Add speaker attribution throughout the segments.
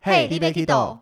Speaker 1: 嘿你要去倒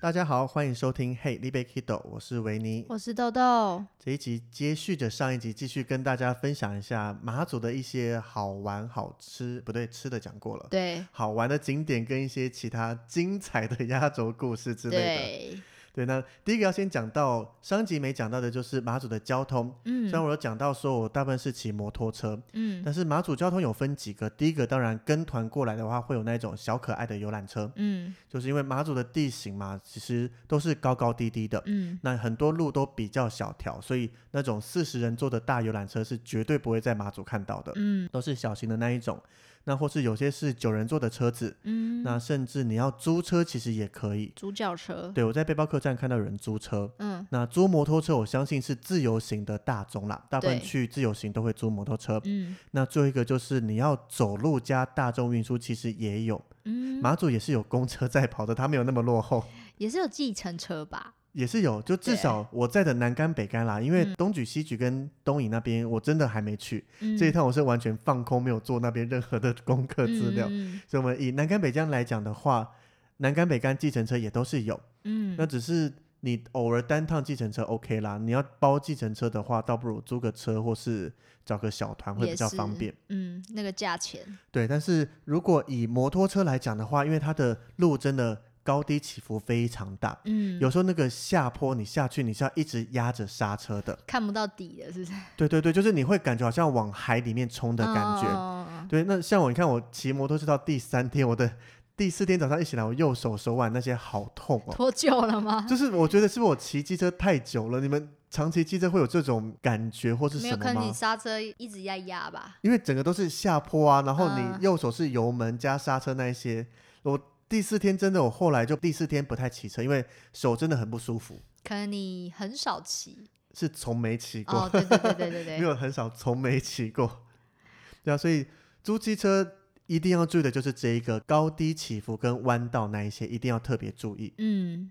Speaker 2: 大家好，欢迎收听 Hey, l i b e Kido，我是维尼。
Speaker 1: 我是豆豆。
Speaker 2: 这一集接续着上一集，继续跟大家分享一下马祖的一些好玩、好吃，不对，吃的讲过了，
Speaker 1: 对
Speaker 2: 好玩的景点跟一些其他精彩的压轴故事之类的。
Speaker 1: 对，
Speaker 2: 对，那第一个要先讲到上集没讲到的就是马祖的交通。虽然
Speaker 1: 嗯
Speaker 2: 我有讲到说我大部分是骑摩托车，
Speaker 1: 嗯
Speaker 2: 但是马祖交通有分几个。第一个当然跟团过来的话，会有那种小可爱的游览车，
Speaker 1: 嗯
Speaker 2: 就是因为马祖的地形嘛，其实都是高高低低的。
Speaker 1: 嗯，
Speaker 2: 那很多路都比较小条，所以那种四十人坐的大游览车是绝对不会在马祖看到的，
Speaker 1: 嗯
Speaker 2: 都是小型的那一种。那或是有些是九人座的车子，
Speaker 1: 嗯，
Speaker 2: 那甚至你要租车其实也可以。
Speaker 1: 主角车，
Speaker 2: 对我在背包客栈看到有人租车，
Speaker 1: 嗯
Speaker 2: 那租摩托车我相信是自由行的大宗啦，大部分
Speaker 1: 对
Speaker 2: 去自由行都会租摩托车。
Speaker 1: 嗯
Speaker 2: 那最后一个就是你要走路加大众运输，其实也有
Speaker 1: 嗯，
Speaker 2: 马祖也是有公车在跑的，它没有那么落后。
Speaker 1: 也是有计程车吧？
Speaker 2: 也是有，就至
Speaker 1: 对
Speaker 2: 少我在的南干北干啦，因为东莒、西莒跟东引那边我真的还没去，
Speaker 1: 嗯
Speaker 2: 这一趟我是完全放空，没有做那边任何的 功课资料。
Speaker 1: 嗯
Speaker 2: 所以，我们以南干北干来讲的话，南干北干计程车也都是有，
Speaker 1: 嗯，
Speaker 2: 那
Speaker 1: 嗯
Speaker 2: 只是你偶尔单趟计程车 OK 啦，你要包计程车的话，倒不如租个车或是找个小团会比
Speaker 1: 也
Speaker 2: 较
Speaker 1: 是
Speaker 2: 方便。
Speaker 1: 嗯，那个价钱，
Speaker 2: 对，但是如果以摩托车来讲的话，因为它的路真的高低起伏非常大，
Speaker 1: 嗯，
Speaker 2: 有时候那个下坡你下去，你是要一直压着刹车的。
Speaker 1: 看不到底的，是不是？
Speaker 2: 对对对，就是你会感觉好像往海里面冲的感觉。
Speaker 1: 觉，
Speaker 2: 对，那像我，你看我骑摩托车到第三天，我的 第四天早上一起来，我右手手腕那些好痛哦。
Speaker 1: 脱臼了吗？
Speaker 2: 就是我觉得是不是我骑机车太久了？你们长期机车会有这种感觉 或是
Speaker 1: 没有，
Speaker 2: 什
Speaker 1: 可
Speaker 2: 么
Speaker 1: 能你
Speaker 2: 吗？
Speaker 1: 刹车一直在压吧。
Speaker 2: 因为整个都是下坡啊，然后
Speaker 1: 嗯
Speaker 2: 你右手是油门加刹车那一些。我第四天真的，我后来就第四天不太骑车，因为手真的很不舒服，
Speaker 1: 可能你很少骑
Speaker 2: 是从没骑过。
Speaker 1: 哦，对对对对对对，
Speaker 2: 没有很少，从没骑过。 对啊，所以租机车一定要注意的就是这一个高低起伏跟弯道那一些，一定要特别注意。
Speaker 1: 嗯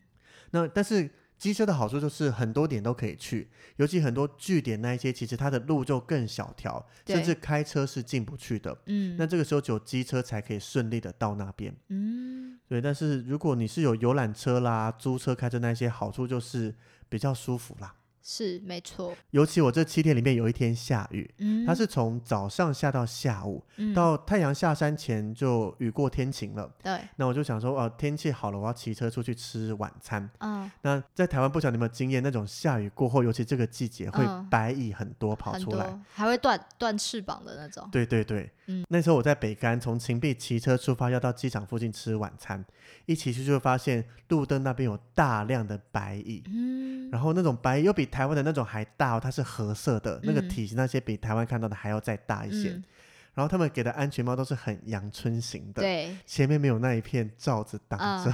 Speaker 2: 那但是机车的好处就是很多点都可以去，尤其很多据点那一些，其实它的路就更小条，
Speaker 1: 对
Speaker 2: 甚至开车是进不去的。
Speaker 1: 嗯，
Speaker 2: 那这个时候只有机车才可以顺利的到那边。
Speaker 1: 嗯
Speaker 2: 对，但是如果你是有游览车啦、租车、开车那一些，好处就是比较舒服啦。
Speaker 1: 是没错，
Speaker 2: 尤其我这七天里面有一天下雨，
Speaker 1: 嗯，
Speaker 2: 它是从早上下到下午，
Speaker 1: 嗯
Speaker 2: 到太阳下山前就雨过天晴了。
Speaker 1: 对，
Speaker 2: 那我就想说，哦、天气好了，我要骑车出去吃晚餐。
Speaker 1: 嗯，
Speaker 2: 那在台湾不晓得你有没有经验，那种下雨过后，尤其这个季节会
Speaker 1: 嗯
Speaker 2: 白蚁很多跑
Speaker 1: 很
Speaker 2: 出来。
Speaker 1: 多还会断断翅膀的那种，
Speaker 2: 对对对，
Speaker 1: 嗯
Speaker 2: 那时候我在北干，从芹壁骑车出发，要到机场附近吃晚餐。一骑去就发现路灯那边有大量的白蚁，
Speaker 1: 嗯，
Speaker 2: 然后那种白蚁又比台湾的那种还大、哦，它是褐色的，那个
Speaker 1: 嗯
Speaker 2: 体型那些比台湾看到的还要再大一些。
Speaker 1: 嗯
Speaker 2: 然后他们给的安全帽都是很阳春型的，
Speaker 1: 对，
Speaker 2: 前面没有那一片罩子挡着。
Speaker 1: 嗯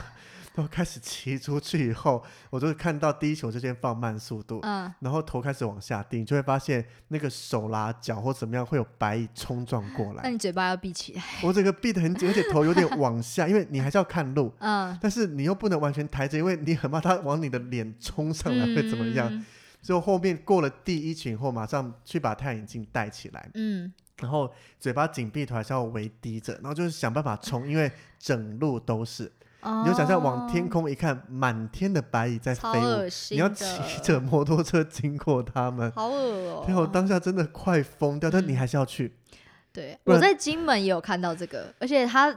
Speaker 2: 然后开始骑出去以后，我就看到第一球就先放慢速度，
Speaker 1: 嗯，
Speaker 2: 然后头开始往下定，就会发现那个手啦、脚或怎么样会有白蚁冲撞过
Speaker 1: 那
Speaker 2: 来。
Speaker 1: 你嘴巴要闭 起来，
Speaker 2: 我整个闭得很紧，而且头有点往下，因为你还是要看路，
Speaker 1: 嗯，
Speaker 2: 但是你又不能完全抬着，因为你很怕它往你的脸冲上来会怎么样。
Speaker 1: 嗯？
Speaker 2: 所以我后面过了第一群后，马上去把太阳眼镜戴起来。
Speaker 1: 嗯，
Speaker 2: 然后嘴巴紧闭，头还是要微低着，然后就是想办法冲，因为整路都是。
Speaker 1: 你
Speaker 2: 你就想象往天，空一看，满天的白蚁在飞
Speaker 1: 嗯哦超
Speaker 2: 舞，
Speaker 1: 恶心
Speaker 2: 你
Speaker 1: 的，
Speaker 2: 要骑着摩托车经过它们，
Speaker 1: 好恶哦、
Speaker 2: 天啊，我当下真的快疯掉，但你还是要去。
Speaker 1: 对，
Speaker 2: 不
Speaker 1: 我
Speaker 2: 然
Speaker 1: 在金门也有看到这个，而且它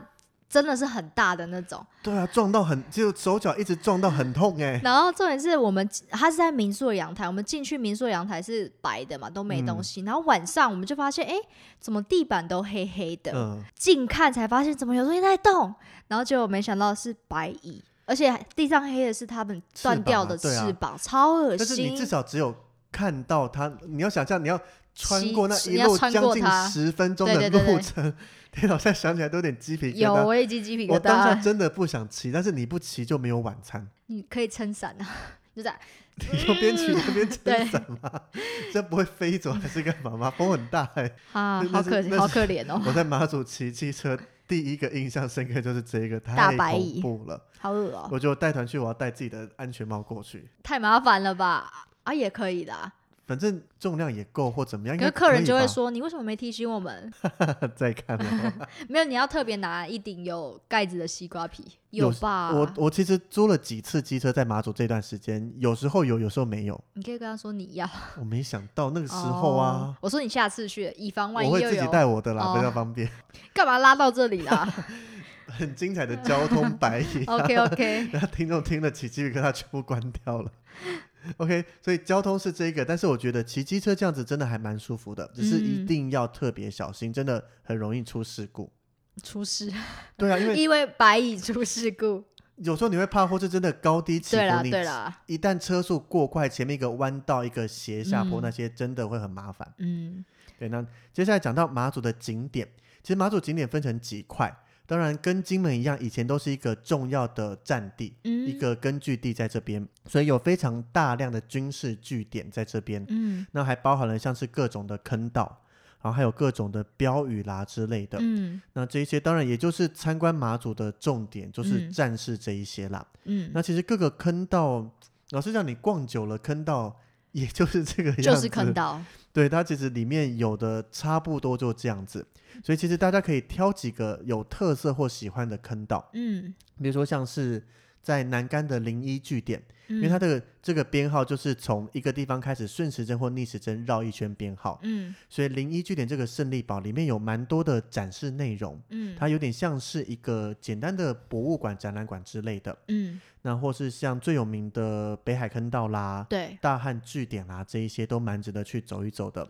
Speaker 1: 真的是很大的那种。
Speaker 2: 对啊，撞到很，就手脚一直撞到很痛哎、
Speaker 1: 然后重点是我们它是在民宿的阳台，我们进去民宿的阳台是白的嘛，都没
Speaker 2: 嗯
Speaker 1: 东西。然后晚上我们就发现，哎，怎么地板都黑黑的？
Speaker 2: 嗯，
Speaker 1: 近看才发现怎么有东西在动，然后结果没想到是白蚁，而且地上黑的是它们断掉的
Speaker 2: 翅膀啊对啊
Speaker 1: 翅膀，超恶
Speaker 2: 但是你
Speaker 1: 心
Speaker 2: 至。少只有看到它，你要想象你要穿
Speaker 1: 骑
Speaker 2: 过那
Speaker 1: 你
Speaker 2: 一
Speaker 1: 要
Speaker 2: 路
Speaker 1: 穿
Speaker 2: 将
Speaker 1: 过
Speaker 2: 近
Speaker 1: 它
Speaker 2: 十分钟
Speaker 1: 对
Speaker 2: 的
Speaker 1: 对对对
Speaker 2: 路程， 天啊，我现在想起来都有点鸡皮疙
Speaker 1: 有，
Speaker 2: 瘩。
Speaker 1: 我也鸡鸡皮
Speaker 2: 我
Speaker 1: 疙
Speaker 2: 当下
Speaker 1: 瘩。
Speaker 2: 真的不想骑，但是你不骑就没有晚餐，
Speaker 1: 你可以撑伞啊， 就这样。
Speaker 2: 你就边骑就边
Speaker 1: 对
Speaker 2: 撑伞嘛， 这不会飞走还是干嘛吗？风很大哎、
Speaker 1: 啊，
Speaker 2: 那
Speaker 1: 好
Speaker 2: 是
Speaker 1: 可
Speaker 2: 那是
Speaker 1: 好可怜哦。
Speaker 2: 我在马祖骑机车，第一个印象深刻就是这个
Speaker 1: 大
Speaker 2: 太
Speaker 1: 白
Speaker 2: 恐
Speaker 1: 蚁
Speaker 2: 怖了。
Speaker 1: 好恶哦、
Speaker 2: 我觉得我带团去，我要带自己的安全帽过去，
Speaker 1: 太麻烦了吧？啊，也可以的。
Speaker 2: 反正重量也够或怎么样。应
Speaker 1: 可是
Speaker 2: 该
Speaker 1: 客人
Speaker 2: 以
Speaker 1: 就会
Speaker 2: 吧
Speaker 1: 说，你为什么没提醒我们？
Speaker 2: 再看 了。
Speaker 1: 没有，你要特别拿一顶有盖子的西瓜皮，
Speaker 2: 有
Speaker 1: 吧？
Speaker 2: 我我其实租了几次机车在马祖这段时间，有时候有，有时候没有。
Speaker 1: 你可以跟他说你要。
Speaker 2: 我没想到那个时候啊
Speaker 1: 哦，我说你下次去，以防万一
Speaker 2: 我
Speaker 1: 又
Speaker 2: 会自己
Speaker 1: 有
Speaker 2: 带我的啦，
Speaker 1: 哦
Speaker 2: 比较方便。
Speaker 1: 干嘛拉到这里啦，
Speaker 2: 很精彩的交通白蚁
Speaker 1: ？OK
Speaker 2: 啊
Speaker 1: OK，
Speaker 2: 那听众听了起鸡皮疙瘩，全部关掉了。OK，所以交通是这个，但是我觉得骑机车这样子真的还蛮舒服的，只是一
Speaker 1: 嗯
Speaker 2: 定要特别小心，真的很容易出事故。
Speaker 1: 出事，
Speaker 2: 对啊，因 为
Speaker 1: 因为白蚁出事故。
Speaker 2: 有时候你会怕，或是真的高低起
Speaker 1: 对
Speaker 2: 伏，
Speaker 1: 啦
Speaker 2: 你
Speaker 1: 对啦，
Speaker 2: 一旦车速过快，前面一个弯道、一个斜下坡，
Speaker 1: 嗯
Speaker 2: 那些真的会很麻烦。
Speaker 1: 嗯，
Speaker 2: 对，那接下来讲到马祖的景点，其实马祖景点分成几块，当然跟金门一样，以前都是一个重要的战地，
Speaker 1: 嗯
Speaker 2: 一个根据地在这边，所以有非常大量的军事据点在这边。
Speaker 1: 嗯
Speaker 2: 那还包含了像是各种的坑道，然后还有各种的标语啦之类的。
Speaker 1: 嗯
Speaker 2: 那这一些当然也就是参观马祖的重点，就是
Speaker 1: 嗯
Speaker 2: 战士这一些啦。
Speaker 1: 嗯，
Speaker 2: 那其实各个坑道，老实讲，你逛久了坑道。也就是这个样子，
Speaker 1: 就是坑道。
Speaker 2: 对，它其实里面有的差不多就这样子，所以其实大家可以挑几个有特色或喜欢的坑道，
Speaker 1: 嗯，
Speaker 2: 比如说像是在南竿的零一据点，
Speaker 1: 因
Speaker 2: 因为它这个这个编号就是从一个地方开始顺时针或逆时针绕一圈编号，
Speaker 1: 嗯
Speaker 2: 所以零一据点这个胜利堡里面有蛮多的展示内容，
Speaker 1: 嗯
Speaker 2: 它有点像是一个简单的博物馆、展览馆之类的，
Speaker 1: 嗯，
Speaker 2: 那或是像最有名的北海坑道啦，
Speaker 1: 对
Speaker 2: 大汉据点啦、这一些都蛮值得去走一走的。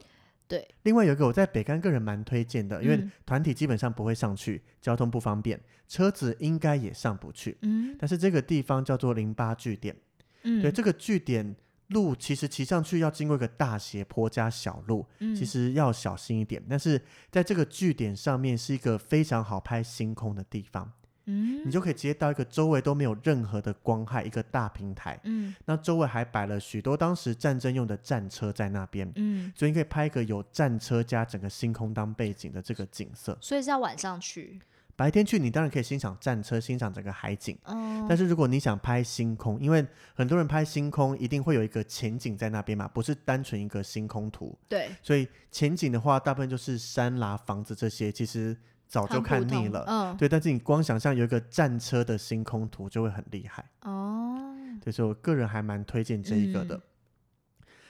Speaker 1: 对，
Speaker 2: 另外有一个我在北干个人蛮推荐的，因为
Speaker 1: 嗯
Speaker 2: 团体基本上不会上去，交通不方便，车子应该也上不去。
Speaker 1: 嗯
Speaker 2: 但是这个地方叫做零八据点，
Speaker 1: 嗯，
Speaker 2: 对这个据点路其实骑上去要经过一个大斜坡加小路，
Speaker 1: 嗯
Speaker 2: 其实要小心一点。但是在这个据点上面是一个非常好拍星空的地方，
Speaker 1: 嗯
Speaker 2: 你就可以直接到一个周围都没有任何的光害，一个大平台。
Speaker 1: 嗯
Speaker 2: 那周围还摆了许多当时战争用的战车在那边，
Speaker 1: 嗯，
Speaker 2: 所以你可以拍一个有战车加整个星空当背景的这个景色。
Speaker 1: 所以是要晚上去。
Speaker 2: 白天去你当然可以欣赏战车，欣赏整个海景。
Speaker 1: 哦，
Speaker 2: 但是如果你想拍星空，因为很多人拍星空一定会有一个前景在那边嘛，不是单纯一个星空图。
Speaker 1: 对，
Speaker 2: 所以前景的话，大部分就是山啦、房子这些，其实早就
Speaker 1: 很
Speaker 2: 看
Speaker 1: 普
Speaker 2: 腻
Speaker 1: 通
Speaker 2: 了。
Speaker 1: 嗯
Speaker 2: 对，但是你光想象有一个战车的星空图就会很厉害。
Speaker 1: 哦，
Speaker 2: 对，所以我个人还蛮推荐这一个的。
Speaker 1: 嗯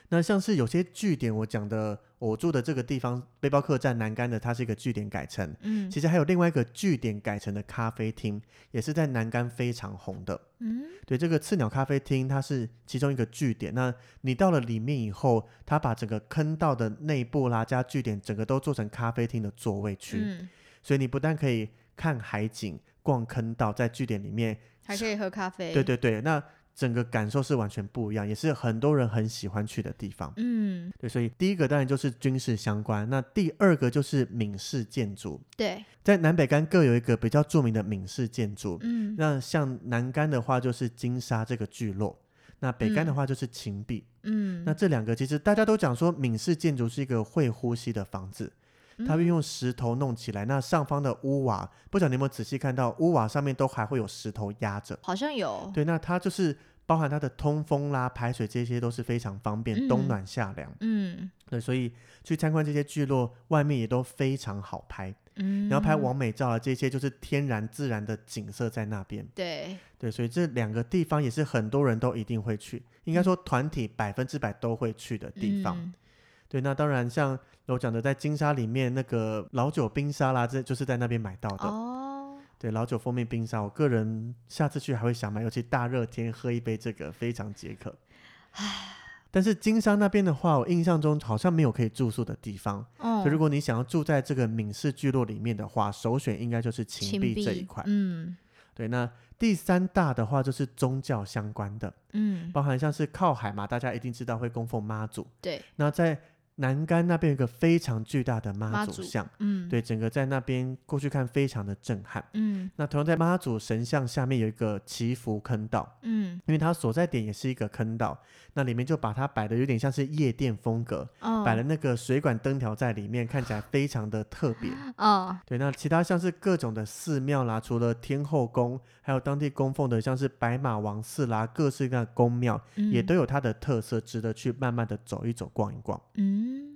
Speaker 2: 那像是有些据点，我讲的我住的这个地方背包客栈南干的，它是一个据点改成，
Speaker 1: 嗯
Speaker 2: 其实还有另外一个据点改成的咖啡厅，也是在南干非常红的。
Speaker 1: 嗯
Speaker 2: 对，这个赤鸟咖啡厅它是其中一个据点。那你到了里面以后，它把整个坑道的内部啦加据点，整个都做成咖啡厅的座位区，
Speaker 1: 嗯，
Speaker 2: 所以你不但可以看海景、逛坑道，在据点里面
Speaker 1: 还可以喝咖啡。
Speaker 2: 对，对对，那整个感受是完全不一样，也是很多人很喜欢去的地方。
Speaker 1: 嗯
Speaker 2: 对，所以第一个当然就是军事相关，那第二个就是闽式建筑，
Speaker 1: 对，
Speaker 2: 在南北干各有一个比较著名的闽式建筑。
Speaker 1: 嗯
Speaker 2: 那像南干的话就是金沙这个聚落，那北干的话就是秦壁。
Speaker 1: 嗯，
Speaker 2: 那这两个其实大家都讲说闽式建筑是一个会呼吸的房子，它会
Speaker 1: 嗯
Speaker 2: 用石头弄起来，那上方的屋瓦，不晓得你有没有仔细看到，屋瓦上面都还会有石头压着。
Speaker 1: 好像有，
Speaker 2: 对，那它就是包含它的通风啦、排水这些都是非常方便，冬
Speaker 1: 嗯
Speaker 2: 暖夏凉。
Speaker 1: 嗯
Speaker 2: 对，所以去参观这些聚落，外面也都非常好拍，
Speaker 1: 嗯，
Speaker 2: 然后拍完美照啊，这些就是天然自然的景色在那边。
Speaker 1: 对，
Speaker 2: 对，所以这两个地方也是很多人都一定会去，应该说团体百分之百都会去的地方。
Speaker 1: 嗯
Speaker 2: 对，那当然像我讲的，在金沙里面那个老酒冰沙啦，这就是在那边买到的。
Speaker 1: 哦，
Speaker 2: 对，老酒蜂蜜冰沙，我个人下次去还会想买，尤其大热天喝一杯这个非常解渴。但是金沙那边的话，我印象中好像没有可以住宿的地方。
Speaker 1: 哦
Speaker 2: 就如果你想要住在这个闽式聚落里面的话，首选应该就是秦壁这一块。
Speaker 1: 嗯
Speaker 2: 对，那第三大的话就是宗教相关的，
Speaker 1: 嗯，
Speaker 2: 包含像是靠海嘛，大家一定知道会供奉妈祖。
Speaker 1: 对，
Speaker 2: 那在南竿那边有一个非常巨大的妈
Speaker 1: 妈
Speaker 2: 祖
Speaker 1: 祖
Speaker 2: 像，
Speaker 1: 嗯，，
Speaker 2: 对，整个在那边过去看非常的震撼。
Speaker 1: 嗯
Speaker 2: 那同样在妈祖神像下面有一个祈福坑道，
Speaker 1: 嗯
Speaker 2: 因为它所在点也是一个坑道，那里面就把它摆的有点像是夜店风格，
Speaker 1: 哦，
Speaker 2: 摆了那个水管灯条在里面，看起来非常的特别。
Speaker 1: 哦，
Speaker 2: 对，那其他像是各种的寺庙啦，除了天后宫，还有当地供奉的像是白马王寺啦，各式各样的宫庙，
Speaker 1: 嗯
Speaker 2: 也都有它的特色，值得去慢慢的走一走、逛一逛。
Speaker 1: 嗯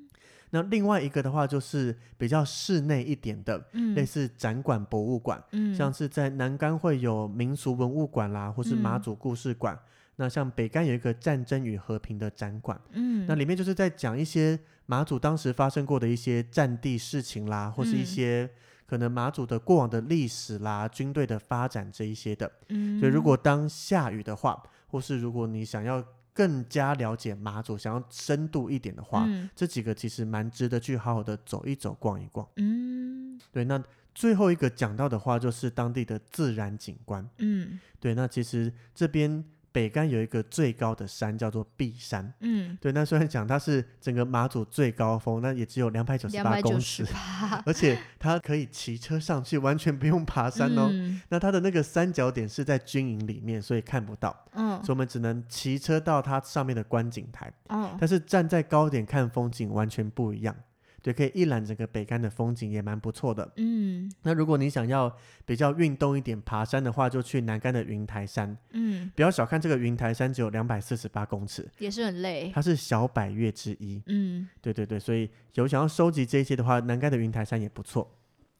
Speaker 2: 那另外一个的话，就是比较室内一点的，
Speaker 1: 嗯
Speaker 2: 类似展馆、博物馆，
Speaker 1: 嗯
Speaker 2: 像是在南竿会有民俗文物馆啦，或是马
Speaker 1: 嗯
Speaker 2: 祖故事馆。那像北竿有一个战争与和平的展馆，
Speaker 1: 嗯
Speaker 2: 那里面就是在讲一些马祖当时发生过的一些战地事情啦，或是一
Speaker 1: 嗯
Speaker 2: 些可能马祖的过往的历史啦、军队的发展这一些的。
Speaker 1: 嗯，
Speaker 2: 所以如果当下雨的话，或是如果你想要更加了解马祖，想要深度一点的话，
Speaker 1: 嗯
Speaker 2: 这几个其实蛮值得去好好的走一走、逛一逛。
Speaker 1: 嗯
Speaker 2: 对，那最后一个讲到的话就是当地的自然景观。
Speaker 1: 嗯
Speaker 2: 对，那其实这边北干有一个最高的山叫做碧山。
Speaker 1: 嗯，
Speaker 2: 对，那虽然讲它是整个马祖最高峰，那也只有两百九十
Speaker 1: 两
Speaker 2: 八
Speaker 1: 百
Speaker 2: 公
Speaker 1: 九十
Speaker 2: 尺，
Speaker 1: 八，
Speaker 2: 而且它可以骑车上去，完全不用爬山哦。
Speaker 1: 嗯
Speaker 2: 那它的那个三角点是在军营里面，所以看不到，
Speaker 1: 嗯
Speaker 2: 所以我们只能骑车到它上面的观景台。
Speaker 1: 哦，
Speaker 2: 但是站在高点看风景完全不一样，对，可以一览整个北干的风景，也蛮不错的。
Speaker 1: 嗯
Speaker 2: 那如果你想要比较运动一点爬山的话，就去南干的云台山。
Speaker 1: 嗯，
Speaker 2: 不要小看这个云台山，只有两百四十八公尺，
Speaker 1: 也是很累，
Speaker 2: 它是小百岳之一。
Speaker 1: 嗯，
Speaker 2: 对对对，所以有想要收集这些的话，南干的云台山也不错。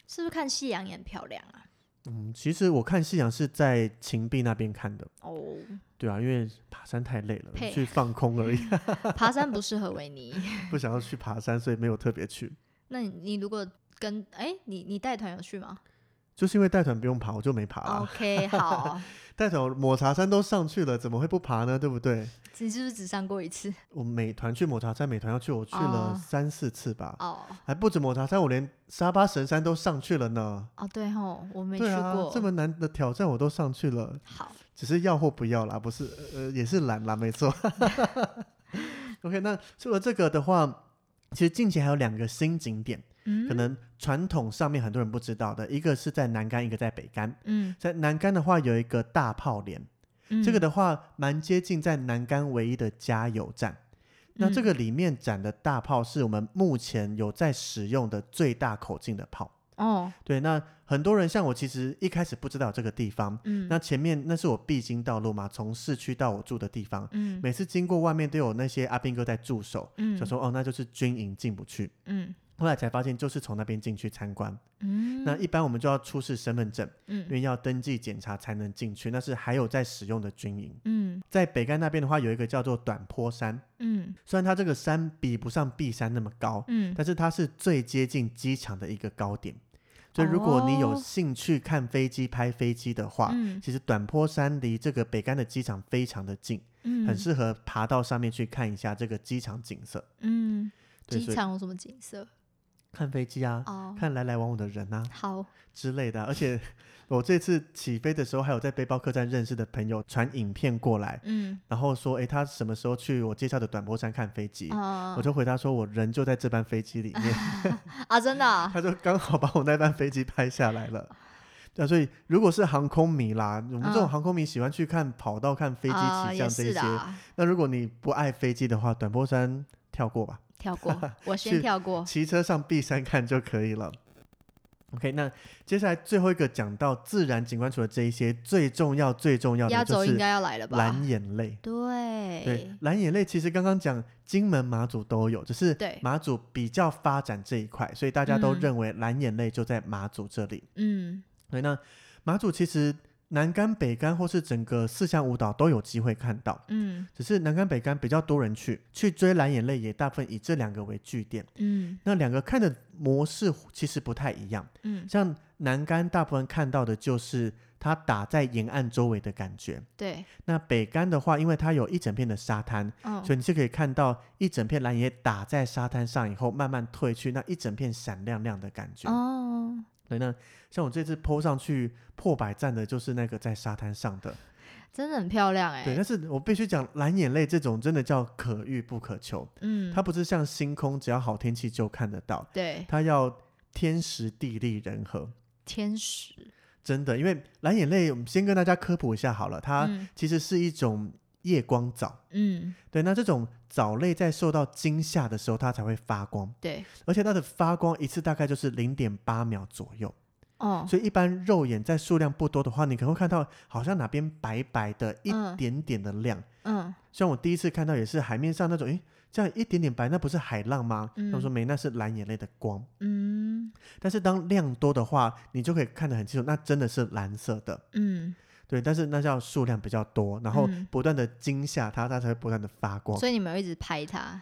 Speaker 1: 是不是看夕阳也很漂亮啊？
Speaker 2: 嗯，其实我看夕阳是在秦壁那边看的，
Speaker 1: 哦，
Speaker 2: 对啊，因为爬山太累了，
Speaker 1: 嘿
Speaker 2: 去放空 而已，
Speaker 1: 爬山不适合维尼。
Speaker 2: 不想要去爬山，所以没有特别去。
Speaker 1: 那你你如果跟哎、你你带团有去吗
Speaker 2: 就是因为带团不用爬，我就没爬了。
Speaker 1: ？OK，好，
Speaker 2: 带团抹茶山都上去了，怎么会不爬呢？对不对？
Speaker 1: 你是不是只上过一次？
Speaker 2: 我美团去抹茶山，美团要去，我去了
Speaker 1: 哦
Speaker 2: 三四次吧，
Speaker 1: 哦
Speaker 2: 还不止抹茶山，我连沙巴神山都上去了呢。
Speaker 1: 哦，对吼，我没去
Speaker 2: 对啊
Speaker 1: 过。，
Speaker 2: 这么难的挑战我都上去了，
Speaker 1: 好，
Speaker 2: 只是要或不要啦，不是呃也是懒啦，没错。OK，那除了这个的话，其实近期还有两个新景点，
Speaker 1: 嗯，
Speaker 2: 可能传统上面很多人不知道的，一个是在南干，一个在北干。
Speaker 1: 嗯
Speaker 2: 在南干的话，有一个大炮连，
Speaker 1: 嗯
Speaker 2: 这个的话蛮接近在南干唯一的加油站。那这
Speaker 1: 嗯
Speaker 2: 个里面展的大炮是我们目前有在使用的最大口径的炮。
Speaker 1: 哦，
Speaker 2: 对，那很多人像我，其实一开始不知道这个地方，
Speaker 1: 嗯，
Speaker 2: 那前面那是我必经道路嘛，从市区到我住的地方，
Speaker 1: 嗯
Speaker 2: 每次经过外面都有那些阿兵哥在驻守，
Speaker 1: 嗯，
Speaker 2: 想说哦，那就是军营进不去。
Speaker 1: 嗯
Speaker 2: 后来才发现，就是从那边进去参观。
Speaker 1: 嗯，
Speaker 2: 那一般我们就要出示身份证，因
Speaker 1: 嗯
Speaker 2: 为要登记检查才能进去。那是还有在使用的军营。
Speaker 1: 嗯
Speaker 2: 在北干那边的话，有一个叫做短坡山，
Speaker 1: 嗯
Speaker 2: 虽然它这个山比不上碧山那么高，
Speaker 1: 嗯
Speaker 2: 但是它是最接近机场的一个高点。所以如果你有
Speaker 1: 哦
Speaker 2: 兴趣看飞机、拍飞机的话，
Speaker 1: 嗯
Speaker 2: 其实短坡山离这个北干的机场非常的近，
Speaker 1: 嗯，
Speaker 2: 很适合爬到上面去看一下这个机场景色。
Speaker 1: 嗯，
Speaker 2: 对，
Speaker 1: 机
Speaker 2: 所以
Speaker 1: 场有什么景色？
Speaker 2: 看飞机啊，
Speaker 1: 哦，
Speaker 2: 看来来往往的人啊
Speaker 1: 好，
Speaker 2: 之类的啊、而且我这次起飞的时候，还有在背包客栈认识的朋友传影片过来，
Speaker 1: 嗯
Speaker 2: 然后说，诶，他什么时候去我介绍的短坡山看飞机？
Speaker 1: 啊
Speaker 2: 我就回答说，我人就在这班飞机里面，
Speaker 1: 啊，真的啊，
Speaker 2: 他就刚好把我那班飞机拍下来了。对啊，所以如果是航空迷啦，我们这种
Speaker 1: 嗯
Speaker 2: 航空迷喜欢去看跑道、看飞机
Speaker 1: 啊
Speaker 2: 起
Speaker 1: 也
Speaker 2: 降这一
Speaker 1: 是
Speaker 2: 些
Speaker 1: 的。啊，
Speaker 2: 那如果你不爱飞机的话，短波山跳过吧，
Speaker 1: 跳过， 我
Speaker 2: 去
Speaker 1: 先跳过。
Speaker 2: 骑车上碧山看就可以了。OK，那接下来最后一个讲到自然景观，除了这一些，最重要最重要
Speaker 1: 压
Speaker 2: 的就
Speaker 1: 轴应
Speaker 2: 是
Speaker 1: 该要来了吧？哎
Speaker 2: 蓝眼泪。
Speaker 1: 对
Speaker 2: 对，蓝眼泪其实刚刚讲金门、马祖都有，只是
Speaker 1: 对
Speaker 2: 马祖比较发展这一块，所以大家都
Speaker 1: 嗯
Speaker 2: 认为蓝眼泪就在马祖这里。
Speaker 1: 嗯
Speaker 2: 对，那马祖其实南竿、北竿或是整个四项舞蹈都有机会看到，
Speaker 1: 嗯
Speaker 2: 只是南竿、北竿比较多人去，去追蓝眼泪也大部分以这两个为据点。
Speaker 1: 嗯
Speaker 2: 那两个看的模式其实不太一样，
Speaker 1: 嗯，
Speaker 2: 像南竿大部分看到的就是它打在沿岸周围的感觉，
Speaker 1: 对，
Speaker 2: 那北竿的话，因为它有一整片的沙滩，
Speaker 1: 嗯
Speaker 2: 所以你是可以看到一整片蓝眼泪打在沙滩上以后慢慢退去，那一整片闪亮亮的感觉。
Speaker 1: 哦，
Speaker 2: 对，那像我这次 PO 上去破百赞的，就是那个在沙滩上的，
Speaker 1: 真的很漂亮哎、
Speaker 2: 对，但是我必须讲，蓝眼泪这种真的叫可遇不可求，
Speaker 1: 嗯，
Speaker 2: 它不是像星空，只要好天气就看得到，
Speaker 1: 对
Speaker 2: 它要天时地利人和。
Speaker 1: 天使，
Speaker 2: 真的，因为蓝眼泪，我们先跟大家科普一下好了，它
Speaker 1: 嗯
Speaker 2: 其实是一种夜光藻。
Speaker 1: 嗯，
Speaker 2: 对，那这种藻类在受到惊吓的时候，它才会发光，
Speaker 1: 对，
Speaker 2: 而且它的发光一次大概就是零点八秒左右，
Speaker 1: 哦，
Speaker 2: 所以一般肉眼在数量不多的话，你可能会看到好像哪边白白的一
Speaker 1: 嗯
Speaker 2: 点点的亮。
Speaker 1: 嗯，
Speaker 2: 像我第一次看到也是海面上那种，诶，这样一点点白，那不是海浪吗？
Speaker 1: 嗯
Speaker 2: 他们说没，那是蓝眼泪的光。
Speaker 1: 嗯
Speaker 2: 但是当量多的话，你就可以看得很清楚，那真的是蓝色的。
Speaker 1: 嗯，
Speaker 2: 对，但是那叫数量比较多，然后
Speaker 1: 嗯
Speaker 2: 不断的惊吓它，它才会不断的发光。
Speaker 1: 所以你们有一直拍它，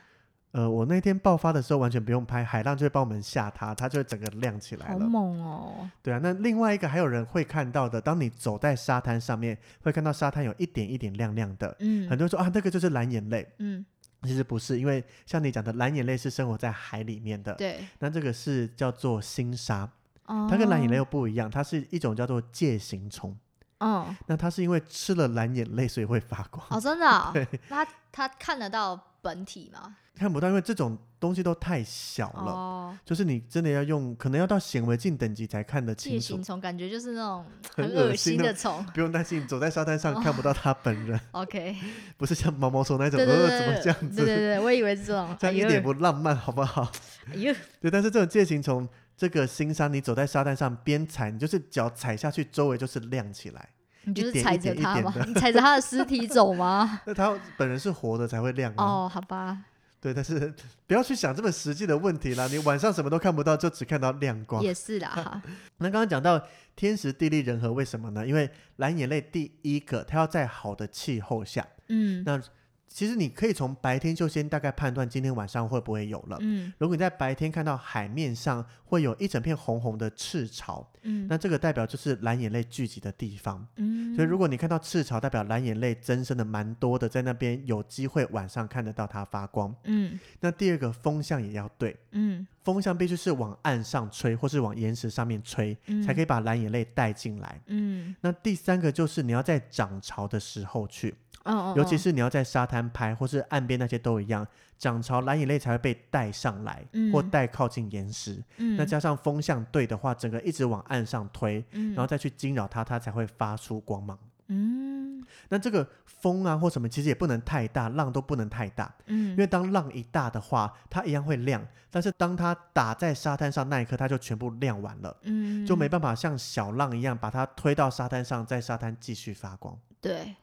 Speaker 2: 呃，我那天爆发的时候完全不用拍，海浪就会帮我们吓它，它就会整个亮起来
Speaker 1: 好
Speaker 2: 了。
Speaker 1: 猛哦，
Speaker 2: 对啊，那另外一个还有人会看到的，当你走在沙滩上面，会看到沙滩有一点一点亮亮的。
Speaker 1: 嗯
Speaker 2: 很多人说啊，那个就是蓝眼泪，
Speaker 1: 嗯，
Speaker 2: 其实不是，因为像你讲的，蓝眼泪是生活在海里面的。
Speaker 1: 对，
Speaker 2: 那这个是叫做星鲨，
Speaker 1: 哦，
Speaker 2: 它跟蓝眼泪又不一样，它是一种叫做介形虫。
Speaker 1: 嗯，
Speaker 2: 那它是因为吃了蓝眼泪，所以会发光。
Speaker 1: 哦，真的哦、
Speaker 2: 对
Speaker 1: 那它它看得到本体吗？
Speaker 2: 看不到，因为这种东西都太小了，
Speaker 1: 哦，
Speaker 2: 就是你真的要用，可能要到显微镜等级才看得
Speaker 1: 介
Speaker 2: 清楚
Speaker 1: 形。虫感觉就是那 种
Speaker 2: 很
Speaker 1: 很
Speaker 2: 恶
Speaker 1: 恶
Speaker 2: 心
Speaker 1: 心
Speaker 2: 的
Speaker 1: 的 哦虫。
Speaker 2: 不用担心，你走在沙滩上看不到他本人，
Speaker 1: OK，
Speaker 2: 不是像毛毛虫那种，
Speaker 1: 对对对
Speaker 2: 呃，怎么
Speaker 1: 对
Speaker 2: 这样
Speaker 1: 对
Speaker 2: 子？
Speaker 1: 对对，我以为是这 种，
Speaker 2: 这
Speaker 1: 哎
Speaker 2: 样一
Speaker 1: 呦
Speaker 2: 点不浪漫，好不好？
Speaker 1: 哎呦，
Speaker 2: 对，但是这种介形虫，这个新沙，你走在沙滩上边踩，你就是脚踩下去，周围就是亮起来。
Speaker 1: 你就
Speaker 2: 一
Speaker 1: 是
Speaker 2: 点
Speaker 1: 踩
Speaker 2: 一
Speaker 1: 着
Speaker 2: 点一
Speaker 1: 它
Speaker 2: 点
Speaker 1: 吗？
Speaker 2: 的
Speaker 1: 你踩着它的尸体走吗？
Speaker 2: 那它本人是活的才会亮啊。
Speaker 1: 啊哦，好吧，
Speaker 2: 对，但是不要去想这么实际的问题啦，你晚上什么都看不到，就只看到亮光。
Speaker 1: 也是 啦，哈
Speaker 2: 那刚刚讲到天时地利人和，为什么呢？因为蓝眼泪第一个，它要在好的气候下。
Speaker 1: 嗯
Speaker 2: 那其实你可以从白天就先大概判断今天晚上会不会有了。
Speaker 1: 嗯
Speaker 2: 如果你在白天看到海面上会有一整片红红的赤潮，
Speaker 1: 嗯
Speaker 2: 那这个代表就是蓝眼泪聚集的地方。
Speaker 1: 嗯，
Speaker 2: 所以如果你看到赤潮，代表蓝眼泪增生的蛮多的，在那边有机会晚上看得到它发光。
Speaker 1: 嗯
Speaker 2: 那第二个风向也要对，
Speaker 1: 嗯
Speaker 2: 风向必须是往岸上吹，或是往岩石上面吹，
Speaker 1: 嗯，
Speaker 2: 才可
Speaker 1: 以，
Speaker 2: 以把蓝眼泪带进来。
Speaker 1: 嗯
Speaker 2: 那第三个就是你要在涨潮的时候去，
Speaker 1: 哦哦，
Speaker 2: 尤其
Speaker 1: 哦
Speaker 2: 是你要在沙滩拍或是岸边那些都一样，涨潮蓝眼泪才会被带上来，
Speaker 1: 嗯
Speaker 2: 或带靠近岩石。
Speaker 1: 嗯
Speaker 2: 那加上风向对的话，整个一直往岸上推，
Speaker 1: 嗯
Speaker 2: 然后再去惊扰它，它才会发出光芒。
Speaker 1: 嗯
Speaker 2: 那这个风啊或什么，其实也不能太大，浪都不能太大，
Speaker 1: 嗯，
Speaker 2: 因为当浪一大的话，它一样会亮，但是当它打在沙滩上那一刻，它就全部亮完了。
Speaker 1: 嗯
Speaker 2: 就没办法像小浪一样把它推到沙滩上，在沙滩继续发光。
Speaker 1: 嗯对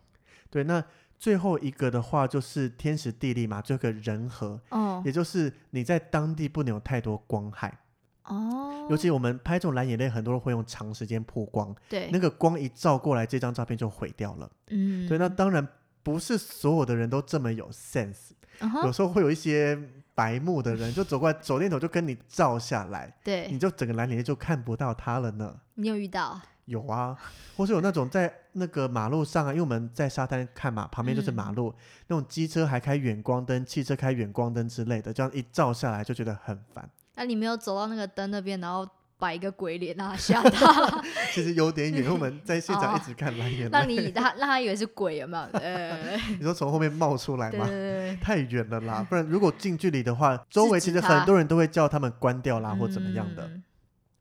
Speaker 2: 对，那最后一个的话就是天时地利嘛，最后一个人和，
Speaker 1: 哦
Speaker 2: 也就是你在当地不能有太多光害。
Speaker 1: 哦，
Speaker 2: 尤其我们拍这种蓝眼泪，很多人会用长时间曝光，
Speaker 1: 对
Speaker 2: 那个光一照过来，这张照片就毁掉了。
Speaker 1: 嗯
Speaker 2: 对，那当然不是所有的人都这么有 sense，
Speaker 1: 嗯哼
Speaker 2: 有时候会有一些白目的人就走过来，手电筒就跟你照下来，你
Speaker 1: 对，
Speaker 2: 就整个蓝眼泪就看不到它了呢。
Speaker 1: 你有遇到
Speaker 2: 有啊，或是有那种在那个马路上啊，因为我们在沙滩看嘛，旁边就是
Speaker 1: 嗯
Speaker 2: 马路，那种机车还开远光灯，汽车开远光灯之类的，这样一照下来就觉得很烦。
Speaker 1: 那你没有走到那个灯那边，然后摆一个鬼脸让他吓 到，
Speaker 2: 其实有点远，因为我们在现场一
Speaker 1: 哦
Speaker 2: 直看蓝眼
Speaker 1: 让
Speaker 2: 泪，
Speaker 1: 你他让他以为是鬼，有没有？ 呃，
Speaker 2: 你说从后面冒出来
Speaker 1: 对
Speaker 2: 吗
Speaker 1: 对？对，
Speaker 2: 太远了 啦，不然如果近距离的话，周围其实
Speaker 1: 制止它
Speaker 2: 很多人都会叫他们关掉啦，
Speaker 1: 然
Speaker 2: 或
Speaker 1: 后
Speaker 2: 怎么样的。
Speaker 1: 嗯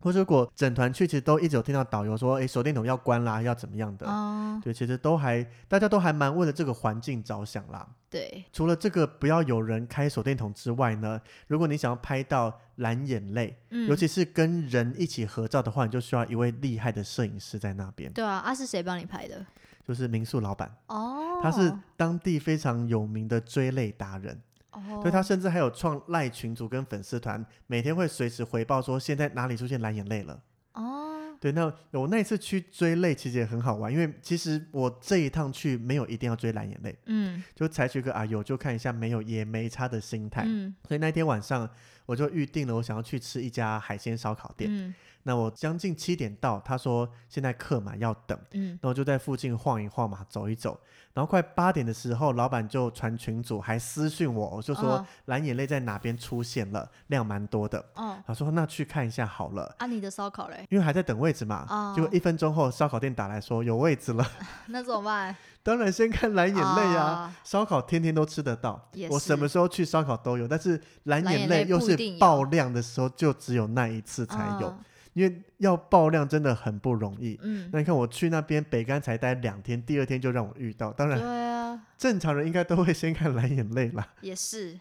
Speaker 2: 或者如果整团去，其实都一直有听到导游说，诶，手电筒要关啦，要怎么样的。
Speaker 1: 哦，
Speaker 2: 对，其实都还大家都还蛮为了这个环境着想啦。
Speaker 1: 对，
Speaker 2: 除了这个不要有人开手电筒之外呢，如果你想要拍到蓝眼泪，
Speaker 1: 嗯，
Speaker 2: 尤其是跟人一起合照的话，你就需要一位厉害的摄影师在那边，
Speaker 1: 对啊，啊是谁帮你拍的？
Speaker 2: 就是民宿老板，
Speaker 1: 哦，
Speaker 2: 他是当地非常有名的追泪达人，
Speaker 1: 哦，
Speaker 2: 对他甚至还有创赖群组跟粉丝团，每天会随时回报说现在哪里出现蓝眼泪了。
Speaker 1: 哦，
Speaker 2: 对，那我那一次去追泪其实也很好玩，因为其实我这一趟去没有一定要追蓝眼泪，
Speaker 1: 嗯
Speaker 2: 就采取一个啊有就看一下，没有也没差的心态。
Speaker 1: 嗯
Speaker 2: 所以那天晚上我就预定了，我想要去吃一家海鲜烧烤店。
Speaker 1: 嗯
Speaker 2: 那我将近七点到，他说现在客满要等，
Speaker 1: 嗯，
Speaker 2: 那我就在附近晃一晃嘛，走一走。然后快八点的时候，老板就传群组，还私讯我，我就说
Speaker 1: 哦
Speaker 2: 蓝眼泪在哪边出现了，量蛮多的。
Speaker 1: 哦，
Speaker 2: 他说那去看一下好了。
Speaker 1: 啊，你的烧烤嘞？
Speaker 2: 因为还在等位置嘛，
Speaker 1: 哦
Speaker 2: 结果一分钟后烧烤店打来说有位置了，
Speaker 1: 那怎么办？
Speaker 2: 当然先看 蓝眼泪啊，
Speaker 1: 啊，
Speaker 2: 烧烤天天都吃得到
Speaker 1: 哦也，
Speaker 2: 我什
Speaker 1: 是
Speaker 2: 么时候去烧烤都有，但是蓝
Speaker 1: 蓝眼
Speaker 2: 眼泪
Speaker 1: 泪
Speaker 2: 又
Speaker 1: 不
Speaker 2: 是
Speaker 1: 一定有
Speaker 2: 爆量的时候，就只有那一次才有，
Speaker 1: 啊
Speaker 2: 因为要爆量真的很不容易。
Speaker 1: 嗯，
Speaker 2: 那你看我去那边北干才待两天，第二天就让我遇到，当
Speaker 1: 对
Speaker 2: 然
Speaker 1: 啊，
Speaker 2: 正常人应该都会先看蓝眼泪啦。
Speaker 1: 也是，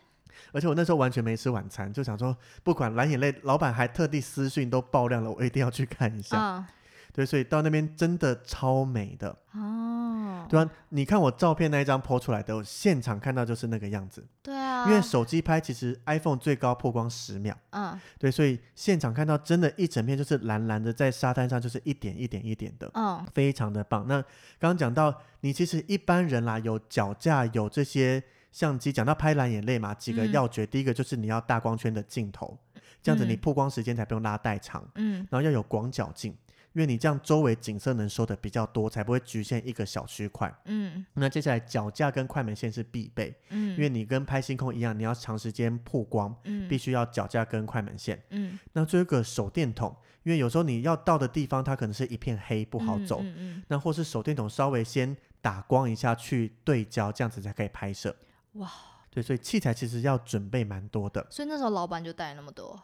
Speaker 2: 而且我那时候完全没吃晚餐，就想说不管蓝眼泪，老板还特地私讯都爆量了，我一定要去看一下。
Speaker 1: 嗯，
Speaker 2: 对，所以到那边真的超美的，
Speaker 1: 哦，
Speaker 2: 对啊，你看我照片那一张 PO 出来的，我现场看到就是那个样子。
Speaker 1: 对啊，
Speaker 2: 因为手机拍其实 iPhone 最高破光十秒，
Speaker 1: 嗯
Speaker 2: 对，所以现场看到真的一整片就是蓝蓝的，在沙滩上就是一点一点一点的，
Speaker 1: 嗯，
Speaker 2: 非常的棒。那刚刚讲到，你其实一般人啦，有脚架，有这些相机，讲到拍蓝眼泪嘛，几个
Speaker 1: 嗯
Speaker 2: 要诀，第一个就是你要大光圈的镜头，这样子你
Speaker 1: 嗯
Speaker 2: 曝光时间才不用拉带长，
Speaker 1: 嗯
Speaker 2: 然后要有广角镜。因为你这样周围景色能收的比较多，才不会局限一个小区块。
Speaker 1: 嗯
Speaker 2: 那接下来脚架跟快门线是必备，
Speaker 1: 嗯，
Speaker 2: 因为你跟拍星空一样，你要长时间曝光，
Speaker 1: 嗯
Speaker 2: 必须要脚架跟快门线。
Speaker 1: 嗯
Speaker 2: 那最后一个手电筒，因为有时候你要到的地方它可能是一片黑，不
Speaker 1: 不
Speaker 2: 好走，
Speaker 1: 嗯嗯
Speaker 2: 那或是手电筒稍微先打光一下去对焦，这样子才可以拍摄。
Speaker 1: 哇！
Speaker 2: 对，所以器材其实要准备蛮多的，
Speaker 1: 所以那时候老板就带那么多，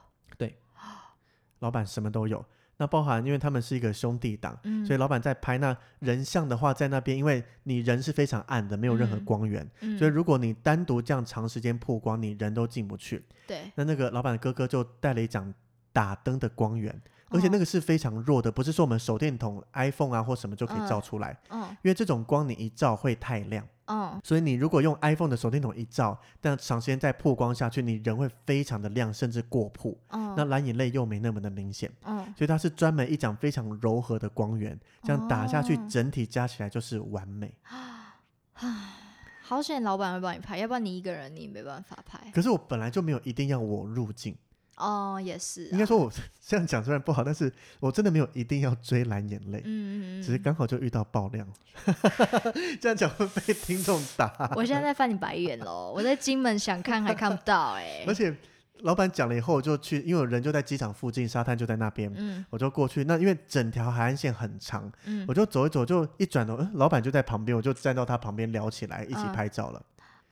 Speaker 2: 老板什么都有。那包含因为他们是一个兄弟档，
Speaker 1: 嗯，
Speaker 2: 所以
Speaker 1: 以
Speaker 2: 老板在拍那人像的话，在那边因为你人是非常暗的，没有任何
Speaker 1: 嗯
Speaker 2: 光源，
Speaker 1: 嗯
Speaker 2: 所以如果你单独这样长时间曝光，你人都进不去。
Speaker 1: 对，
Speaker 2: 那那个老板的哥哥就带了一盏打灯的光源，而
Speaker 1: 哦
Speaker 2: 且那个是非常弱的，不是说我们手电筒、iPhone 啊或什么就可以照出来，
Speaker 1: 嗯
Speaker 2: 因为这种光你一照会太亮，
Speaker 1: 嗯
Speaker 2: 所以你如果用 iPhone 的手电筒一照，但长时间再曝光下去，你人会非常的亮，甚至过曝。
Speaker 1: 嗯，
Speaker 2: 那蓝眼泪又没那么的明显，
Speaker 1: 嗯
Speaker 2: 所以它是专门一盏非常柔和的光源，这样打下去
Speaker 1: 哦，哎
Speaker 2: 整体加起来就是完美。
Speaker 1: 好险老板会帮你拍，要不然你一个人你没办法拍。
Speaker 2: 可是我本来就没有一定要我入镜，
Speaker 1: 哦，也是啊，
Speaker 2: 应该说我这样讲虽然不好，但是我真的没有一定要追蓝眼泪。
Speaker 1: 嗯，嗯嗯嗯，
Speaker 2: 只是刚好就遇到爆 量，这样讲会被听众打。
Speaker 1: 我现在在翻你白眼 喽，我在金门想看还看不到哎、
Speaker 2: 而且老板讲了以后，我就去，因为我人就在机场附近，沙滩就在那边，
Speaker 1: 嗯
Speaker 2: 我就过去。那因为整条海岸线很长，
Speaker 1: 嗯
Speaker 2: 我就走一走，就一转头，嗯，老板就在旁边，我就站到他旁边聊起来，一起
Speaker 1: 嗯
Speaker 2: 拍照了。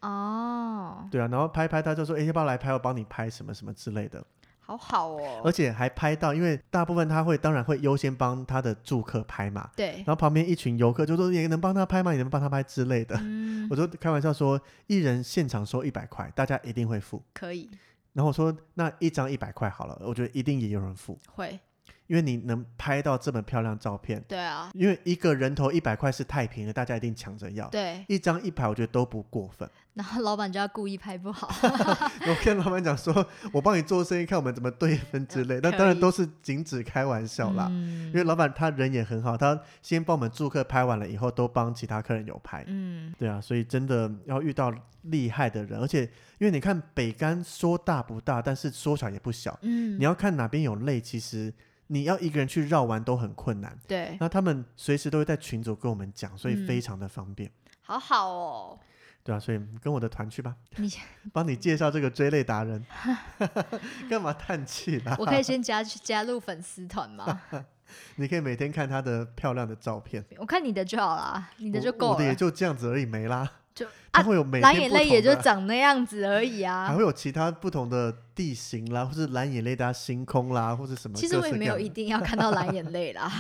Speaker 1: 哦，
Speaker 2: 对啊，然后拍一拍，他就说，哎、要不要来拍？我帮你拍什么什么之类的。
Speaker 1: 好好哦，
Speaker 2: 而且还拍到，因为大部分他会，当然会优先帮他的住客拍嘛。
Speaker 1: 对
Speaker 2: 然，后旁边一群游客就说：“你能帮他拍吗？你能帮他拍之类的。”
Speaker 1: 嗯，
Speaker 2: 我就开玩笑说，一人现场收一百块，大家一定会付。
Speaker 1: 可以
Speaker 2: 然后我说，那一张一百块好了，我觉得一定也有人付，
Speaker 1: 会，
Speaker 2: 因为你能拍到这么漂亮照片，
Speaker 1: 对啊，
Speaker 2: 因为一个人头一百块是太平了，大家一定抢着要。
Speaker 1: 对，
Speaker 2: 一张一百，我觉得都不过分。
Speaker 1: 然后老板就要故意拍不好，
Speaker 2: 我跟老板讲说，我帮你做生意，看我们怎么对分之类。那
Speaker 1: 嗯可
Speaker 2: 当然
Speaker 1: 以
Speaker 2: 都是仅止开玩笑啦，
Speaker 1: 嗯
Speaker 2: 因为老板他人也很好，他先帮我们住客拍完了以后，都帮其他客人有拍。
Speaker 1: 嗯
Speaker 2: 对啊，所以真的要遇到厉害的人，而且因为你看北干说大不大，但是说小也不小。
Speaker 1: 嗯，
Speaker 2: 你要看哪边有累，其实你要一个人去绕完都很困难。
Speaker 1: 对，
Speaker 2: 那他们随时都会在群组跟我们讲，所以
Speaker 1: 嗯
Speaker 2: 非常的方便。
Speaker 1: 好好哦，
Speaker 2: 对啊，所以跟我的团去吧，
Speaker 1: 你
Speaker 2: 帮你介绍这个追类达人。 干嘛叹气啦？
Speaker 1: 我可以先加加入粉丝团吗？
Speaker 2: 你可以每天看他的漂亮的照片，
Speaker 1: 我看你的就好啦，你的就
Speaker 2: 我
Speaker 1: 够
Speaker 2: 我的
Speaker 1: 了
Speaker 2: 也，就这样子而已，没啦。
Speaker 1: 就
Speaker 2: 他
Speaker 1: 啊，
Speaker 2: 会有每天
Speaker 1: 蓝眼
Speaker 2: 不
Speaker 1: 泪
Speaker 2: 同
Speaker 1: 也就
Speaker 2: 的
Speaker 1: 长那样子而已啊，
Speaker 2: 还会有其他不同的地形啦，或是蓝眼泪搭星空啦，或是什么各
Speaker 1: 其
Speaker 2: 式
Speaker 1: 实
Speaker 2: 各样
Speaker 1: 我
Speaker 2: 的。
Speaker 1: 也没有一定要看到蓝眼 泪啦。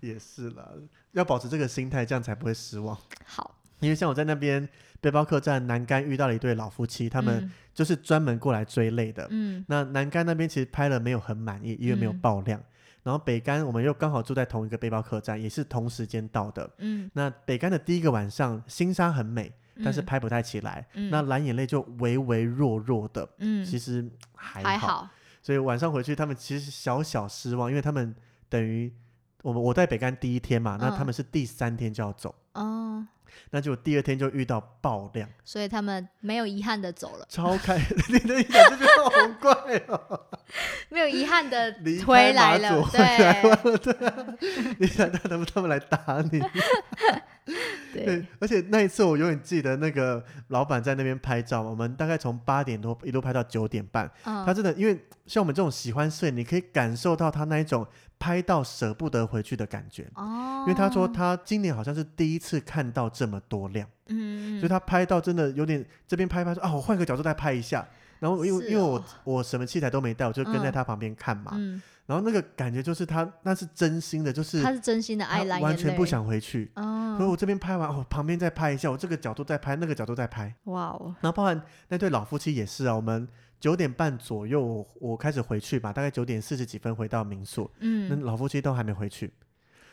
Speaker 2: 也是啦，要保持这个心态，这样才不会失望。
Speaker 1: 好，
Speaker 2: 因为像我在那边背包客栈南干遇到了一对老夫妻，他们就是专门过来追泪的。
Speaker 1: 嗯
Speaker 2: 那南干那边其实拍了没有很满意，因为没有
Speaker 1: 嗯
Speaker 2: 爆量。然后北干我们又刚好住在同一个背包客栈，也是同时间到的。
Speaker 1: 嗯，
Speaker 2: 那北干的第一个晚上，星沙很美，
Speaker 1: 嗯
Speaker 2: 但是拍不太起来。
Speaker 1: 嗯
Speaker 2: 那蓝眼泪就微微弱弱的，
Speaker 1: 嗯
Speaker 2: 其实还
Speaker 1: 还好，
Speaker 2: 所以晚上回去，他们其实小小失望，因为他们等于我们我在北干第一天嘛，那
Speaker 1: 嗯
Speaker 2: 他们是第三天就要走，
Speaker 1: 嗯
Speaker 2: 那就第二天就遇到爆量，
Speaker 1: 所以他们没有遗憾的走了，
Speaker 2: 超开， 你的你讲这句话好怪哦，
Speaker 1: 没有遗憾的
Speaker 2: 离开
Speaker 1: 回来
Speaker 2: 马
Speaker 1: 了
Speaker 2: 祖，回 来
Speaker 1: 对
Speaker 2: 你想让他们他们来打你，
Speaker 1: 对，
Speaker 2: 而且那一次我永远记得那个老板在那边拍照，我们大概从八点多一路拍到九点半，他
Speaker 1: 嗯，
Speaker 2: 真的因为像我们这种喜欢摄影，你可以感受到他那一种拍到舍不得回去的感觉。
Speaker 1: 哦，
Speaker 2: 因为他说他今年好像是第一次看到这么多量，
Speaker 1: 嗯，嗯，
Speaker 2: 所以他拍到真的有点这边拍拍说啊，我换个角度再拍一下。然后因为、
Speaker 1: 是
Speaker 2: 因为
Speaker 1: 哦
Speaker 2: 我我什么器材都没带，我就跟在他旁边看嘛。
Speaker 1: 嗯，
Speaker 2: 然后那个感觉就是他那是真心的，就是
Speaker 1: 他是真心的
Speaker 2: 他
Speaker 1: 爱蓝眼泪，
Speaker 2: 完全不想回去。所以
Speaker 1: 嗯，
Speaker 2: 我这边拍完，哦，旁边再拍一下，我这个角度再拍，那个角度再拍。
Speaker 1: 哇哦，
Speaker 2: 然后包含那对老夫妻也是啊，我们九点半左右我我开始回去嘛，大概九点四十几分回到民宿，那
Speaker 1: 嗯，
Speaker 2: 老夫妻都还没回去，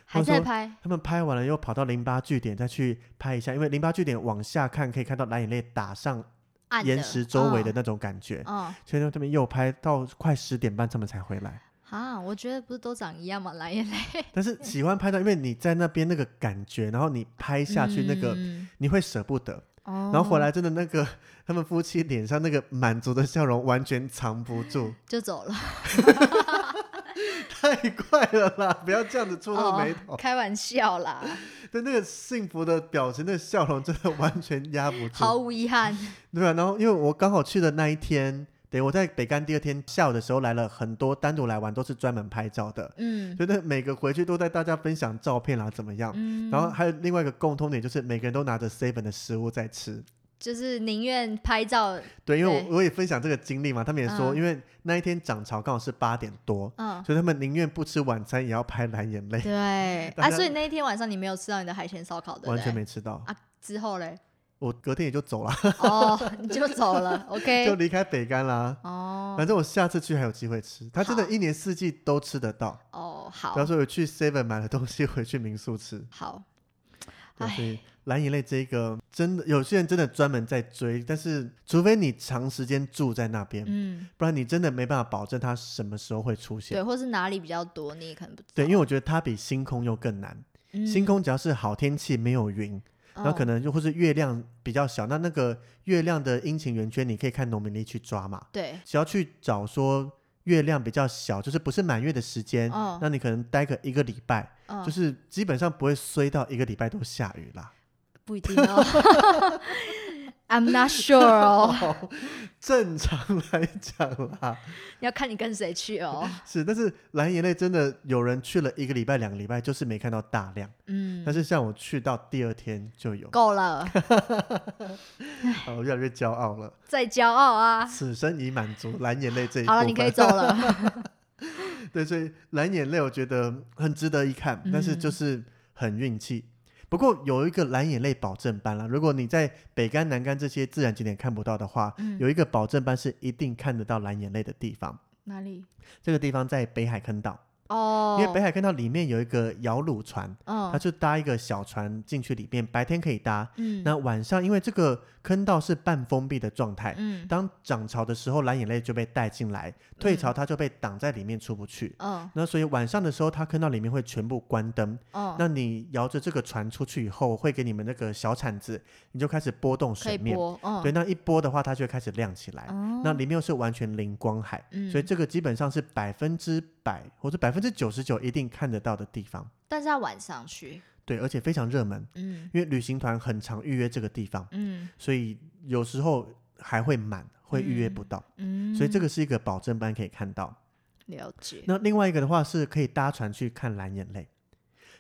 Speaker 1: 还
Speaker 2: 他
Speaker 1: 在
Speaker 2: 说
Speaker 1: 拍，
Speaker 2: 他们拍完了又跑到零八据点再去拍一下，因为零八据点往下看可以看到蓝眼泪打上
Speaker 1: 暗
Speaker 2: 岩
Speaker 1: 的
Speaker 2: 石周围的，那种感觉，
Speaker 1: 嗯，嗯
Speaker 2: 所以他们又拍到快十点半他们才回来。
Speaker 1: 啊，我觉得不是都长一样吗？蓝眼泪
Speaker 2: 但是喜欢拍到，因为你在那边那个感觉，然后你拍下去那个。
Speaker 1: 嗯
Speaker 2: 你会舍不得，
Speaker 1: 哦，
Speaker 2: 然后回来真的那个、 他们夫妻脸上那个满足的笑容完全藏不住，
Speaker 1: 就走了，
Speaker 2: 太快了啦！不要这样子触到眉头，
Speaker 1: 哦，开玩笑啦，
Speaker 2: 对那个幸福的表情、那个笑容真的完全压不
Speaker 1: 毫
Speaker 2: 住，
Speaker 1: 无遗憾，
Speaker 2: 对啊，然后因为我刚好去的那一天，对我在北干第二天下午的时候来了很多单独来玩都是专门拍照的，
Speaker 1: 嗯
Speaker 2: 所以那每个回去都带大家分享照片啦，怎么样？
Speaker 1: 嗯，
Speaker 2: 然后还有另外一个共通点就是每个人都拿着 seven 的食物在吃，
Speaker 1: 就是宁愿拍照，
Speaker 2: 对，因为
Speaker 1: 对
Speaker 2: 我我也分享这个经历嘛，他们也说，
Speaker 1: 嗯
Speaker 2: 因为那一天涨潮刚好是八点多，
Speaker 1: 嗯，
Speaker 2: 所以他们宁愿不吃晚餐也要拍蓝眼泪，
Speaker 1: 对
Speaker 2: 大
Speaker 1: 啊，
Speaker 2: 家
Speaker 1: 所以那一天晚上你没有吃到你的海鲜烧烤，对不对？
Speaker 2: 完全没吃到。
Speaker 1: 啊，之 后嘞，
Speaker 2: 我隔天也就走了，
Speaker 1: 哦，你就走了
Speaker 2: 就
Speaker 1: ，OK，
Speaker 2: 离开北干啦。
Speaker 1: 哎哦
Speaker 2: 反正我下次去还有机会吃，他真的
Speaker 1: 好
Speaker 2: 一年四季都吃得到。
Speaker 1: 哦，
Speaker 2: 比
Speaker 1: 好
Speaker 2: 方说我去 Seven 买了东西，回去民宿吃。
Speaker 1: 好，
Speaker 2: 对，所
Speaker 1: 哎，
Speaker 2: 以蓝眼泪这一个真的，有些人真的专门在追，但是除非你长时间住在那边，
Speaker 1: 嗯，
Speaker 2: 不然你真的没办法保证它什么时候会出现
Speaker 1: 对，。或是哪里比较多，你也可能不知道，
Speaker 2: 对，因为我觉得它比星空又更难。
Speaker 1: 为
Speaker 2: 星，空只要是好天气，没有云，然后可
Speaker 1: 能
Speaker 2: 能就或是月亮比较小，那那个月亮的阴晴圆缺，你可以看农民历去抓嘛。
Speaker 1: 对，
Speaker 2: 只要去找说月亮比较小，就是不是满月的时间，
Speaker 1: 哦，
Speaker 2: 那你可能待个一个礼拜，
Speaker 1: 嗯
Speaker 2: 就是基本上不会衰到一个礼拜都下雨啦。
Speaker 1: 不一定哦 ，I'm not sure 哦，
Speaker 2: 哦，正常来讲啦，
Speaker 1: 要看你跟谁去哦，
Speaker 2: 是，但是蓝眼泪真的有人去了一个礼拜、两个礼拜，就是没看到大量，
Speaker 1: 嗯
Speaker 2: 但，是像我去到第二天就有，
Speaker 1: 够了，
Speaker 2: 啊我越来越骄傲了，
Speaker 1: 再骄傲 啊，
Speaker 2: 此生已满足蓝眼泪这一部
Speaker 1: 好
Speaker 2: 分。
Speaker 1: 了，你可以走了，
Speaker 2: 对，所以蓝眼泪我觉得很值得一看，但是就
Speaker 1: 嗯
Speaker 2: 是很运气。不过有一个蓝眼泪保证班啦，如果你在北干、南干这些自然景点看不到的话，
Speaker 1: 嗯
Speaker 2: 有一个保证班是一定看得到蓝眼泪的地方。
Speaker 1: 哪里？
Speaker 2: 这个地方在北海坑道，
Speaker 1: 哦，
Speaker 2: 因为北海坑道里面有一个摇橹船，它
Speaker 1: 嗯
Speaker 2: 就搭一个小船进去里面，白天可以搭，
Speaker 1: 嗯
Speaker 2: 那晚上因为这个坑道是半封闭的状态，
Speaker 1: 嗯
Speaker 2: 当涨潮的时候，蓝眼泪就被带进来，退潮它就被挡在里面出不去。
Speaker 1: 嗯
Speaker 2: 那所以晚上的时候，它坑道里面会全部关灯。
Speaker 1: 嗯，
Speaker 2: 那你摇着这个船出去以后，会给你们那个小铲子，你就开始拨动
Speaker 1: 可
Speaker 2: 水
Speaker 1: 以
Speaker 2: 面。
Speaker 1: 播，嗯，
Speaker 2: 对，那一拨的话，它就会开始亮起来。
Speaker 1: 哦，
Speaker 2: 那里面又是完全零光海，
Speaker 1: 嗯
Speaker 2: 所以这个基本上是百分之百或者百分之九十九一定看得到的地方。
Speaker 1: 但是要晚上去，
Speaker 2: 对，而且非常热门，
Speaker 1: 嗯
Speaker 2: 因为旅行团很常预约这个地方，
Speaker 1: 嗯
Speaker 2: 所以有时候还会满，会预约不到。
Speaker 1: 嗯，
Speaker 2: 所以这个是一个保证班可以看到。
Speaker 1: 了解，
Speaker 2: 那另外一个的话是可以搭船去看蓝眼泪，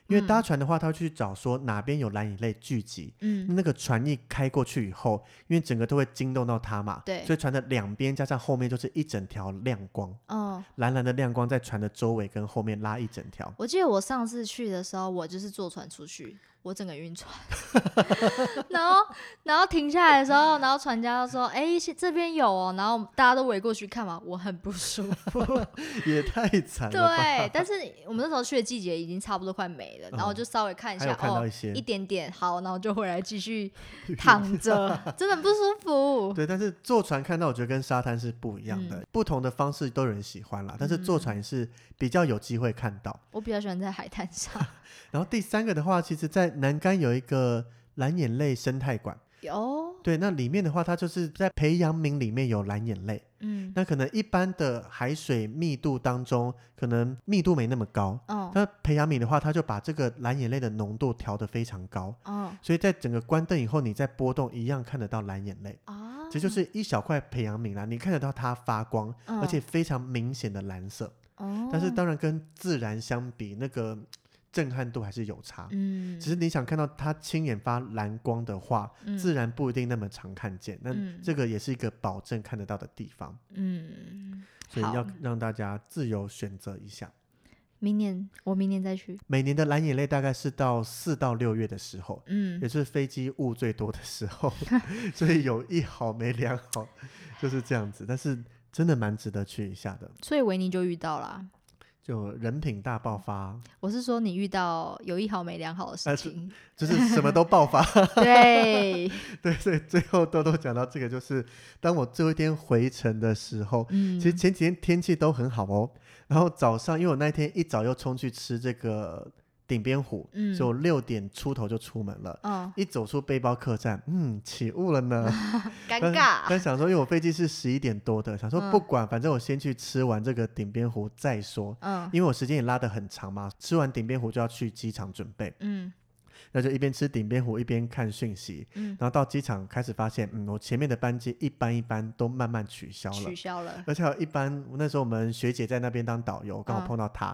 Speaker 2: 因为搭船的话，他会去找说哪边有蓝眼泪聚集。
Speaker 1: 嗯
Speaker 2: 那个船一开过去以后，因为整个都会惊动到它嘛，
Speaker 1: 对
Speaker 2: 所以船的两边加上后面就是一整条亮光，
Speaker 1: 哦。
Speaker 2: 蓝蓝的亮光在船的周围跟后面拉一整 条。
Speaker 1: 我记得我上次去的时候，我就是坐船出去，我整个晕船， 然后然后停下来的时候，然后船家就说：“哎、现这边有哦。”然后大家都围过去看嘛，我很不舒 服。
Speaker 2: 也太惨了吧！
Speaker 1: 对，但是我们那时候去的季节已经差不多快没了，然后我就稍微看一
Speaker 2: 嗯还
Speaker 1: 下
Speaker 2: 有，看到
Speaker 1: 哦
Speaker 2: 一，些
Speaker 1: 一点点好，然后就回来 继续躺着，真的很不舒服。
Speaker 2: 对，但是坐船看到，我觉得跟沙滩是不一样
Speaker 1: 嗯
Speaker 2: 的，不同的方式都有人喜欢啦。但是坐船也是比较有机会看到。
Speaker 1: 我比较喜欢在海滩上，
Speaker 2: 然后第三个的话，其实，在南干有一个蓝眼泪生态馆。
Speaker 1: 有，
Speaker 2: 对，那里面的话，它就是在培养皿里面有蓝眼泪。
Speaker 1: 嗯，
Speaker 2: 那可能一般的海水密度当中，可能密度没那么高。
Speaker 1: 哦，
Speaker 2: 那培养皿的话，它就把这个蓝眼泪的浓度调得非常高，
Speaker 1: 哦，
Speaker 2: 所以在整个关灯以后，你再波动一样看得到蓝眼泪。
Speaker 1: 啊，
Speaker 2: 这就是一小块培养皿啦，你看得到它发光，
Speaker 1: 嗯，
Speaker 2: 而且非常明显的蓝色。
Speaker 1: 哦，
Speaker 2: 但是当然跟自然相比，那个震撼度还是有差。
Speaker 1: 嗯，
Speaker 2: 只是你想看到它亲眼发蓝光的话，自
Speaker 1: 然，
Speaker 2: 然不一定那么常看见。那
Speaker 1: 嗯
Speaker 2: 这个也是一个保证看得到的地方，
Speaker 1: 嗯，
Speaker 2: 所以
Speaker 1: 好
Speaker 2: 要让大家自由选择一下。
Speaker 1: 明年我明年再去，
Speaker 2: 每年的蓝眼泪大概是到四到六月的时候，
Speaker 1: 嗯
Speaker 2: 也，是飞机雾最多的时候， 所以有一好没两好，就是这样子。但是真的蛮值得去一下的，
Speaker 1: 所以维尼就遇到啦。
Speaker 2: 就人品大爆发，
Speaker 1: 我是说你遇到有一好没两好的
Speaker 2: 啊
Speaker 1: 事
Speaker 2: 是
Speaker 1: 情，
Speaker 2: 就是什么都爆发。
Speaker 1: 对，
Speaker 2: 对，所以最后豆豆讲到这个，就是当我最后一天回程的时候，
Speaker 1: 嗯，
Speaker 2: 其实前几天天气都很好哦。然后早上，因为我那一天一早又冲去吃这个顶边虎，
Speaker 1: 嗯
Speaker 2: 所以我六点出头就出门了。
Speaker 1: 哦，
Speaker 2: 一走出背包客栈，嗯，起雾了呢。
Speaker 1: 尴
Speaker 2: 但
Speaker 1: 尬，
Speaker 2: 但想说，因为我飞机是十一点多的，想说
Speaker 1: 嗯
Speaker 2: 不管，反正我先去吃完这个顶边湖再说，
Speaker 1: 嗯
Speaker 2: 因为我时间也拉得很长嘛。吃完顶边湖就要去机场准备，
Speaker 1: 嗯
Speaker 2: 那就一边吃顶边湖一边看讯息。
Speaker 1: 嗯，
Speaker 2: 然后到机场开始发现，嗯，我前面的班机一班一班都慢慢取消了
Speaker 1: 取，消 了，
Speaker 2: 而且还有一班那时候我们学姐在那边当导游，刚好
Speaker 1: 嗯
Speaker 2: 碰到她，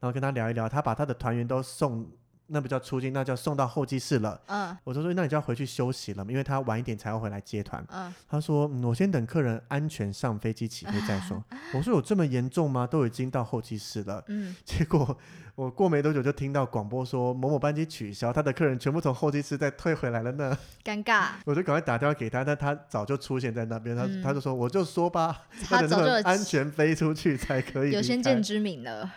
Speaker 2: 然后跟她聊一聊，她把她的团员都送，那不叫出境，那叫送到候机室了。
Speaker 1: 嗯
Speaker 2: 我就说，那你就要回去休息了嘛，因为她晚一点才要回来接团。
Speaker 1: 嗯
Speaker 2: 她说，嗯，我先等客人安全上飞机起飞再 说。我说有这么严重吗？都已经到候机室了。
Speaker 1: 嗯，
Speaker 2: 结果我过没多久就听到广播说某某班机取消，他的客人全部从候机室再退回来了呢。
Speaker 1: 尴 尬，
Speaker 2: 我就赶快打电话给他，但他早就出现在那边，他、
Speaker 1: 嗯
Speaker 2: 他就说我就说吧，
Speaker 1: 他
Speaker 2: 要等
Speaker 1: 早就
Speaker 2: 们
Speaker 1: 有
Speaker 2: 安全飞出去才可以
Speaker 1: 有
Speaker 2: 离
Speaker 1: 先
Speaker 2: 开
Speaker 1: 见之明了，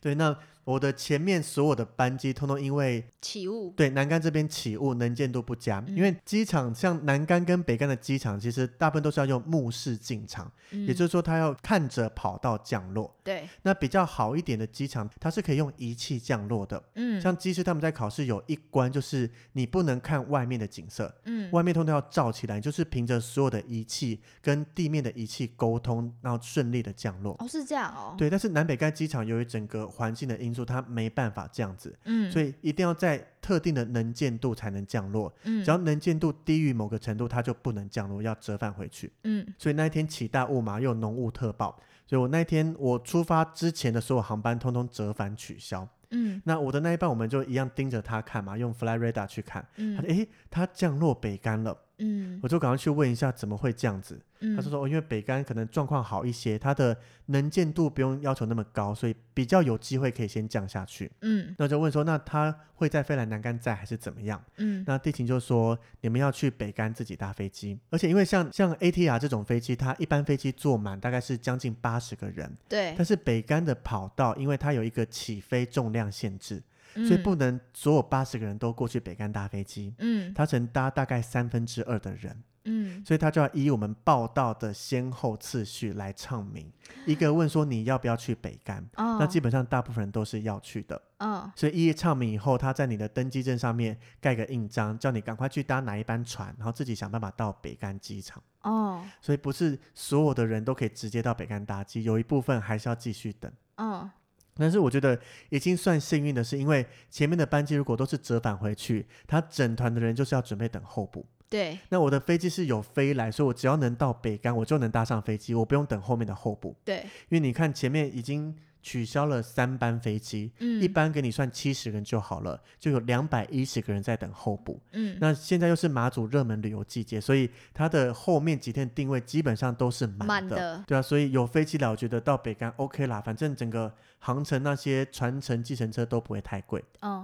Speaker 2: 对，那我的前面所有的班机通通因为
Speaker 1: 起雾，
Speaker 2: 对南竿这边起雾能见度不佳，
Speaker 1: 嗯
Speaker 2: 因为机场像南竿跟北竿的机场，其实大部分都是要用目视进场，
Speaker 1: 也
Speaker 2: 也就是说他要看着跑道降落。
Speaker 1: 嗯对，
Speaker 2: 那比较好一点的机场，它是可以用仪器降落的。
Speaker 1: 嗯
Speaker 2: 像机师他们在考试有一关，就是你不能看外面的景色，
Speaker 1: 嗯
Speaker 2: 外面通通要罩起来，就是凭着所有的仪器跟地面的仪器沟通，然后顺利的降落。
Speaker 1: 哦是这样哦，，
Speaker 2: 对，但是南北干机场由于整个环境的因素，它没办法这样子，
Speaker 1: 嗯，
Speaker 2: 所
Speaker 1: 以
Speaker 2: 以一定要在特定的能见度才能降落。
Speaker 1: 嗯
Speaker 2: 只要能见度低于某个程度，它就不能降落，要折返回去。
Speaker 1: 嗯
Speaker 2: 所以那一天起大雾嘛，又有浓雾特报，所以我那一天我出发之前的所有航班通通折返取消。
Speaker 1: 嗯
Speaker 2: 那我的那一班我们就一样盯着它看嘛，用 Flyradar 去看，它
Speaker 1: 嗯
Speaker 2: 就诶，它降落北干了。
Speaker 1: 嗯
Speaker 2: 我就赶快去问一下怎么会这样子。
Speaker 1: 嗯，
Speaker 2: 他就说，哦，因为北干可能状况好一些，它的能见度不用要求那么高，所以比较有机会可以先降下去。
Speaker 1: 嗯
Speaker 2: 那我就问说，那他会在飞来南干站还是怎么样？
Speaker 1: 嗯
Speaker 2: 那地勤就说，你们要去北干自己搭飞机，而且因为像像 ATR 这种飞机，它一般飞机坐满大概是将近八十个人，
Speaker 1: 对
Speaker 2: 但，是北干的跑道因为它有一个起飞重量限制，所以不能所有八十个人都过去北干搭飞机，
Speaker 1: 嗯
Speaker 2: 它只能搭大概三分之二的人。
Speaker 1: 嗯
Speaker 2: 所以他就要依我们报道的先后次序来唱名。一个问说你要不要去北干，
Speaker 1: 哦，
Speaker 2: 那基本上大部分人都是要去的。
Speaker 1: 嗯
Speaker 2: 所以一一唱名以后，他在你的登机证上面盖个印章，叫你赶快去搭哪一班船，然后自己想办法到北干机场。
Speaker 1: 哦
Speaker 2: 所以不是所有的人都可以直接到北干搭机，有一部分还是要继续等。
Speaker 1: 嗯
Speaker 2: 但是我觉得已经算幸运的是，因为前面的班机如果都是折返回去，他整团的人就是要准备等候补。
Speaker 1: 对，
Speaker 2: 那我的飞机是有飞来，所以我只要能到北干，我就能搭上飞机，我不用等后面的候补。
Speaker 1: 对，
Speaker 2: 因为你看前面已经取消了三班飞机，
Speaker 1: 嗯，
Speaker 2: 一班给你算七十人就好了，就有两百一十个人在等候补。
Speaker 1: 嗯，
Speaker 2: 那现在又是马祖热门旅游季节，所以它的后面几天定位基本上都是满
Speaker 1: 满
Speaker 2: 的。
Speaker 1: 的，
Speaker 2: 对啊，所以有飞机来，我觉得到北干 OK 啦，反正整个航程那些船程、计程车都不会太贵。
Speaker 1: 嗯，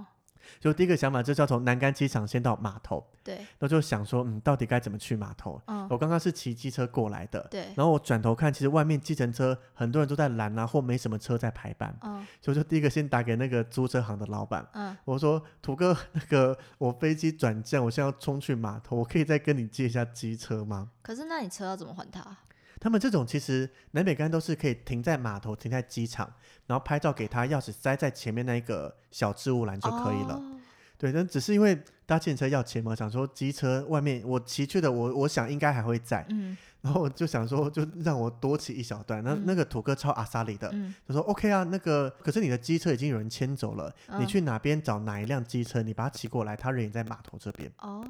Speaker 2: 所以我第一个想法就是要从南干机场先到码头，
Speaker 1: 对，
Speaker 2: 那就想说，嗯，到底该怎么去码头？
Speaker 1: 嗯
Speaker 2: 我刚刚是骑机车过来的，
Speaker 1: 对，
Speaker 2: 然后我转头看，其实外面计程车很多人都在拦啊，或没什么车在排班，
Speaker 1: 嗯
Speaker 2: 所以我就第一个先打给那个租车行的老板，
Speaker 1: 嗯，
Speaker 2: 我说：“土哥，那个我飞机转降，我现在要冲去码头，我可以再跟你借一下机车吗
Speaker 1: 可是那你车要怎么还他？？”啊
Speaker 2: 他们这种其实南北干都是可以停在码头、停在机场，然后拍照给他，钥匙塞在前面那一个小置物篮就可以了。
Speaker 1: 哦
Speaker 2: 对，但只是因为搭计程车要钱嘛，想说机车外面我骑去的我，我想应该还会在，
Speaker 1: 嗯
Speaker 2: 然后我就想说就让我多骑一小段。那、
Speaker 1: 嗯
Speaker 2: 那个土哥超阿萨里的，
Speaker 1: 嗯，
Speaker 2: 他说 OK 啊，那个可是你的机车已经有人牵走了，你
Speaker 1: 嗯
Speaker 2: 去哪边找哪一辆机车，你把它骑过来，他人也在码头这边，
Speaker 1: 哦，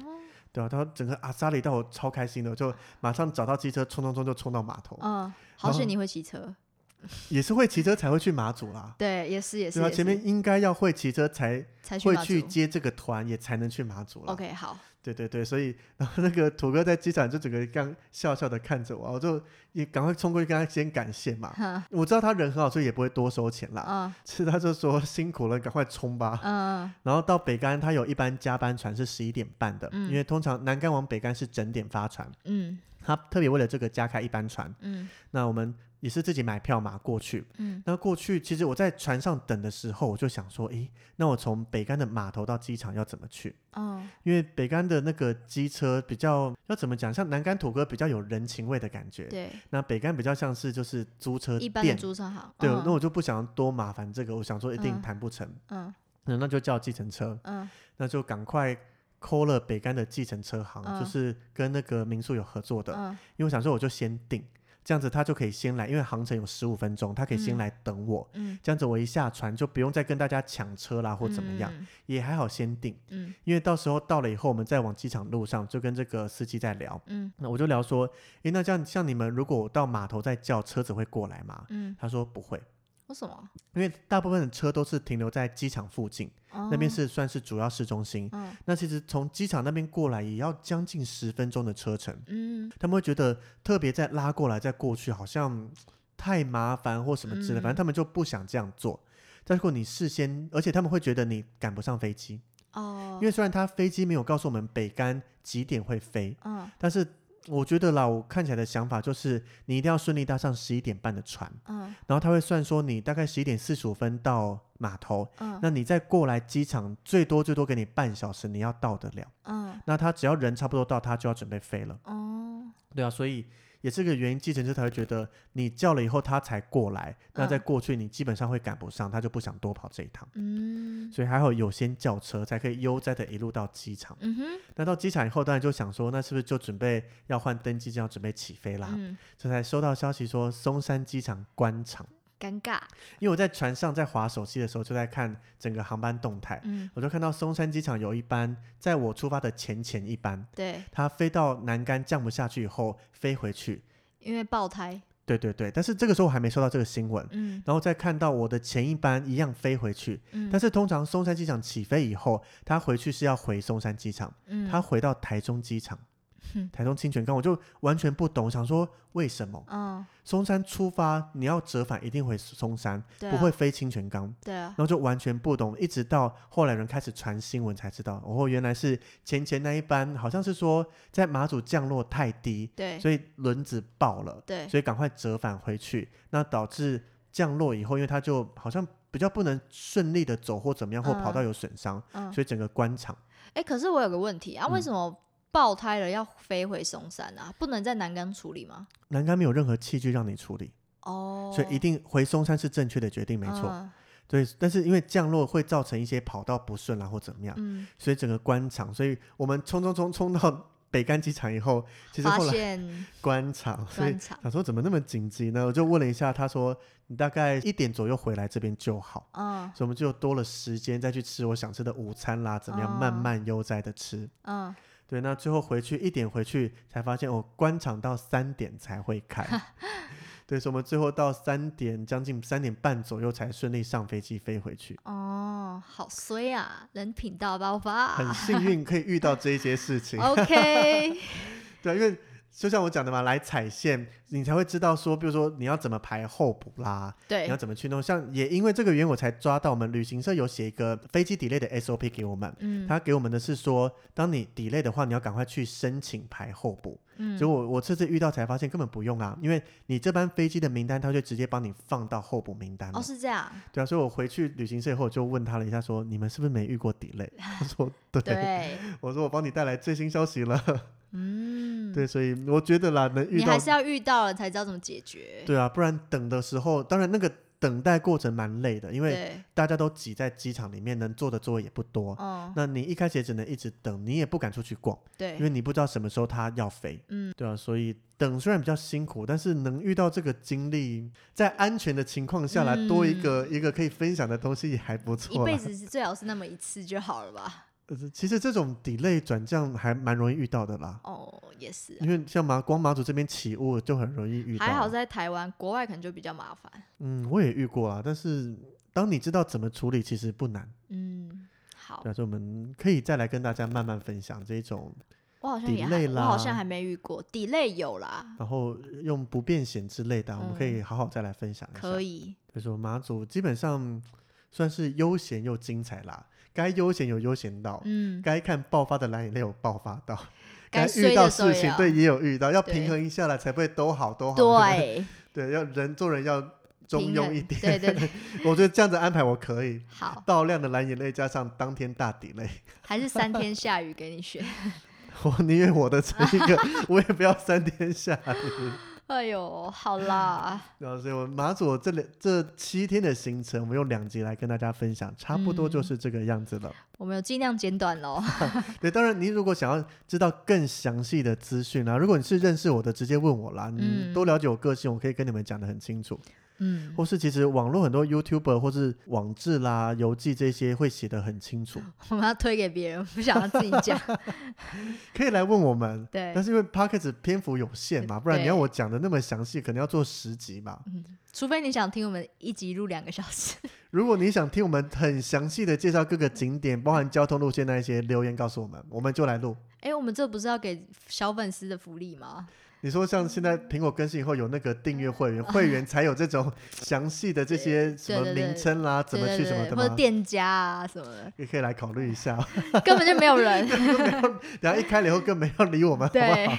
Speaker 2: 对啊，他说整个阿萨里到我超开心的，我就马上找到机车，冲冲冲就冲到码头，
Speaker 1: 嗯，好
Speaker 2: 后
Speaker 1: 险你会骑车，
Speaker 2: 也是会骑车才会去马祖啦。
Speaker 1: 对，也是也是
Speaker 2: 对啊，
Speaker 1: 也是，
Speaker 2: 前面应该要会骑车才
Speaker 1: 才去
Speaker 2: 会
Speaker 1: 马
Speaker 2: 去
Speaker 1: 祖
Speaker 2: 接这个团，也才能去马祖啦。
Speaker 1: OK 好，
Speaker 2: 对对对，所以然后那个土哥在机场就整个刚笑笑的看着我，我就也赶快冲过去跟他先感谢嘛。
Speaker 1: 嗯
Speaker 2: 我知道他人很好，所以也不会多收钱啦。
Speaker 1: 嗯
Speaker 2: 是他就说辛苦了，赶快冲吧。
Speaker 1: 嗯
Speaker 2: 然后到北干，他有一班加班船是十一点半的，
Speaker 1: 嗯
Speaker 2: 因为通常南干往北干是整点发船，
Speaker 1: 嗯
Speaker 2: 他特别为了这个加开一班船。
Speaker 1: 嗯
Speaker 2: 那我们也是自己买票嘛过去。
Speaker 1: 嗯
Speaker 2: 那过去其实我在船上等的时候，我就想说，诶，那我从北干的码头到机场要怎么去？
Speaker 1: 嗯
Speaker 2: 因为北干的那个机车比较要怎么讲，像南干土哥比较有人情味的感觉，
Speaker 1: 对，
Speaker 2: 那北干比较像是就是租车
Speaker 1: 一般的
Speaker 2: 店，
Speaker 1: 租车行，
Speaker 2: 对，
Speaker 1: 嗯
Speaker 2: 那我就不想多麻烦这个，我想说一定
Speaker 1: 嗯
Speaker 2: 谈不成，
Speaker 1: 嗯
Speaker 2: 那、那就叫计程车，
Speaker 1: 嗯
Speaker 2: 那就赶快。抠了北干的计程车行，
Speaker 1: 嗯
Speaker 2: 就是跟那个民宿有合作的，
Speaker 1: 嗯
Speaker 2: 因为我想说我就先订，这样子他就可以先来，因为航程有十五分钟，他可以先
Speaker 1: 嗯
Speaker 2: 来等我，
Speaker 1: 嗯，
Speaker 2: 这样子我一下船就不用再跟大家抢车啦或怎么样，
Speaker 1: 嗯
Speaker 2: 也还好先订。
Speaker 1: 嗯
Speaker 2: 因为到时候到了以后，我们再往机场路上就跟这个司机在聊，
Speaker 1: 嗯
Speaker 2: 那我就聊说，诶，那这样像你们如果我到码头再叫车子会过来吗？
Speaker 1: 嗯，
Speaker 2: 他说不会，
Speaker 1: 为什么？
Speaker 2: 因为大部分的车都是停留在机场附近，那
Speaker 1: 那
Speaker 2: 边是算是主要市中心。
Speaker 1: 哦嗯
Speaker 2: 那其实从机场那边过来也要将近十分钟的车程，
Speaker 1: 嗯
Speaker 2: 他们会觉得特别再拉过来再过去好像太麻烦或什么之类，
Speaker 1: 嗯
Speaker 2: 反正他们就不想这样做。但如果你事先，而且他们会觉得你赶不上飞机，
Speaker 1: 哦，
Speaker 2: 因为虽然他飞机没有告诉我们北干几点会飞，
Speaker 1: 嗯
Speaker 2: 但是我觉得啦，我看起来的想法就是你一定要顺利搭上十一点半的船，
Speaker 1: 嗯
Speaker 2: 然后他会算说你大概十一点四十五分到码头，
Speaker 1: 嗯
Speaker 2: 那你再过来机场，最多最多给你半小时，你要到得了。
Speaker 1: 嗯
Speaker 2: 那他只要人差不多到，他就要准备飞了。
Speaker 1: 哦，
Speaker 2: 对啊，所以也是个原因，计程车才会觉得你叫了以后他才过来，那
Speaker 1: 嗯
Speaker 2: 再过去你基本上会赶不上，他就不想多跑这一趟。
Speaker 1: 嗯
Speaker 2: 所以还好有先叫车，才可以悠哉的一路到机场。
Speaker 1: 嗯哼，
Speaker 2: 那到机场以后，当然就想说，那是不是就准备要换登机证，要准备起飞啦？
Speaker 1: 嗯，
Speaker 2: 这才收到消息说松山机场关场。
Speaker 1: 尴尬，
Speaker 2: 因为我在船上在划手机的时候，就在看整个航班动态，
Speaker 1: 嗯，
Speaker 2: 我就看到松山机场有一班，在我出发的前前一班，
Speaker 1: 对，
Speaker 2: 它飞到南竿降不下去以后飞回去。
Speaker 1: 因为爆胎，
Speaker 2: 对对对，但是这个时候我还没收到这个新闻。
Speaker 1: 嗯
Speaker 2: 然后再看到我的前一班一样飞回去，
Speaker 1: 嗯，
Speaker 2: 但是通常松山机场起飞以后，它回去是要回松山机场，
Speaker 1: 嗯
Speaker 2: 他回到台中机场
Speaker 1: 哼，
Speaker 2: 台中清泉岗，我就完全不懂，想说为什么
Speaker 1: 嗯，
Speaker 2: 松山出发你要折返一定回松山，
Speaker 1: 对
Speaker 2: 不
Speaker 1: 啊
Speaker 2: 会飞清泉岗，
Speaker 1: 对啊
Speaker 2: 然，后就完全不懂，一直到后来人开始传新闻才知道，哦，原来是前前那一班好像是说在马祖降落太低，
Speaker 1: 对
Speaker 2: 所以轮子爆了，
Speaker 1: 对，
Speaker 2: 所以赶快折返回去，那导致降落以后，因为他就好像比较不能顺利的走或怎么样，或跑
Speaker 1: 嗯
Speaker 2: 道有损伤，
Speaker 1: 嗯，
Speaker 2: 所以整个官场。
Speaker 1: 哎，可是我有个问题啊，为
Speaker 2: 嗯
Speaker 1: 什么爆胎了要飞回松山啊？不能在南竿处理吗？
Speaker 2: 栏杆没有任何器具让你处理，
Speaker 1: 哦，
Speaker 2: 所以一定回松山是正确的决定，没错。
Speaker 1: 嗯
Speaker 2: 对，但是因为降落会造成一些跑道不顺啦或怎么样，
Speaker 1: 嗯，
Speaker 2: 所以整个官场，所以我们冲冲冲冲到北干机场以后，其实
Speaker 1: 发
Speaker 2: 后来
Speaker 1: 现
Speaker 2: 官场， 所以
Speaker 1: 专场，
Speaker 2: 想说怎么那么紧急呢？我就问了一下，他说你大概一点左右回来这边就好，
Speaker 1: 嗯
Speaker 2: 所以我们就多了时间再去吃我想吃的午餐啦，怎么样
Speaker 1: 哦
Speaker 2: 慢慢悠哉的吃。
Speaker 1: 嗯，
Speaker 2: 对，那最后回去一点回去才发现，我、哦、官场到三点才会开。对，所以我们最后到三点，将近三点半左右才顺利上飞机飞回去。
Speaker 1: 哦，好衰啊，人品大爆发。
Speaker 2: 很幸运可以遇到这一些事情，
Speaker 1: OK，
Speaker 2: 对啊，因为就像我讲的嘛，来踩线你才会知道说，比如说你要怎么排候补啦， 你要
Speaker 1: 对，
Speaker 2: 怎么去弄。像也因为这个原因，我才抓到我们旅行社有写一个飞机 delay 的 SOP 给我们。
Speaker 1: 嗯，
Speaker 2: 他给我们的是说，当你 delay 的话，你要赶快去申请排候补。
Speaker 1: 嗯
Speaker 2: 结果我这次遇到才发现根本不用啊，因为你这班飞机的名单，他就直接帮你放到候补名单了。
Speaker 1: 哦是这 样，
Speaker 2: 对啊，所以我回去旅行社以后我就问他了一下说，你们是不是没遇过 delay？他说
Speaker 1: 对，
Speaker 2: 我说我帮你带来最新消息了。
Speaker 1: 嗯，
Speaker 2: 对，所以我觉得啦，能遇
Speaker 1: 你
Speaker 2: 到
Speaker 1: 还是要遇到了才知道怎么解决。
Speaker 2: 对啊，不然等的时候，当然那个等待过程蛮累的，因为
Speaker 1: 对，
Speaker 2: 大家都挤在机场里面，能坐的座位也不多。
Speaker 1: 嗯，
Speaker 2: 那你一开始也只能一直等，你也不敢出去逛，因
Speaker 1: 对，
Speaker 2: 为你不知道什么时候它要飞。
Speaker 1: 嗯，
Speaker 2: 对啊，所以等虽然比较辛苦，但是能遇到这个经历，在安全的情况下来多一个、一个可以分享的东西也还不
Speaker 1: 嗯一
Speaker 2: 错啦
Speaker 1: 辈。子最好是那么一次就好了吧？
Speaker 2: 呃其实这种 delay 转降还蛮容易遇到的啦，
Speaker 1: 哦，也是啊，
Speaker 2: 因为像马光马祖这边起雾就很容易遇到。
Speaker 1: 还好是在台湾，国外可能就比较麻烦。
Speaker 2: 嗯，我也遇过啊，但是当你知道怎么处理，其实不难。
Speaker 1: 嗯，好
Speaker 2: 对，啊，所以我们可以再来跟大家慢慢分享这种，
Speaker 1: 我好像也还，
Speaker 2: delay
Speaker 1: 我
Speaker 2: 啦
Speaker 1: 好像还没遇过，delay 有啦，
Speaker 2: 然后用不变险之类的啊，我们可以好好再来分享一下。
Speaker 1: 嗯可以，
Speaker 2: 所以说马祖基本上算是悠闲又精彩啦，该悠闲有悠闲到，
Speaker 1: 嗯，
Speaker 2: 该看爆发的蓝眼泪有爆发到，
Speaker 1: 该
Speaker 2: 遇
Speaker 1: 衰
Speaker 2: 到
Speaker 1: 的时候
Speaker 2: 事
Speaker 1: 也
Speaker 2: 情
Speaker 1: 要
Speaker 2: 对也有遇到，要
Speaker 1: 对
Speaker 2: 平衡一下来才不会都好都好。对
Speaker 1: 对，
Speaker 2: 不 对，对，要人做人要中
Speaker 1: 平
Speaker 2: 庸
Speaker 1: 衡
Speaker 2: 一点。
Speaker 1: 对对对，
Speaker 2: 我觉得这样子安排我可以。
Speaker 1: 好，
Speaker 2: 到量的蓝眼泪加上当天大底泪，
Speaker 1: 还是三天下雨给你选。
Speaker 2: 我宁愿我的这一个，我也不要三天下雨。
Speaker 1: 哎呦，好啦，
Speaker 2: 然后，所以我们马祖这两这七天的行程，我们用两集来跟大家分享，差不多就
Speaker 1: 嗯
Speaker 2: 是这个样子了。
Speaker 1: 我们有尽量简短喽。
Speaker 2: 对，当然，您如果想要知道更详细的资讯啊，如果你是认识我的，直接问我啦。嗯，
Speaker 1: 嗯
Speaker 2: 多了解我个性，我可以跟你们讲的很清楚。
Speaker 1: 嗯，
Speaker 2: 或是其实网络很多 YouTuber 或是网志啦、游记这些会写的很清楚，
Speaker 1: 我们要推给别人，不想要自己 讲。
Speaker 2: 可以来问我们。
Speaker 1: 对
Speaker 2: 但，是因为 p o c k e t 篇幅有限嘛，不然你
Speaker 1: 对
Speaker 2: 要我讲的那么详细，可能要做十集吧。
Speaker 1: 除非你想听我们一集录两个小时。
Speaker 2: 如果你想听我们很详细的介绍各个景点，包含交通路线那一些，留言告诉我们，我们就来录。
Speaker 1: 哎、我们这不是要给小粉丝的福利吗？
Speaker 2: 你说像现在苹果更新以后有那个订阅会员，会员才有这种详细的这些什么
Speaker 1: 对对对
Speaker 2: 名称啦，怎么
Speaker 1: 对
Speaker 2: 去
Speaker 1: 对
Speaker 2: 什么
Speaker 1: 对，
Speaker 2: 的
Speaker 1: 或者
Speaker 2: 吗？
Speaker 1: 店家啊什么的，
Speaker 2: 也可以来考虑一下哦。
Speaker 1: 根本就没有 人。
Speaker 2: 然后一开了以后更没有理我们，好不
Speaker 1: 对
Speaker 2: 好？，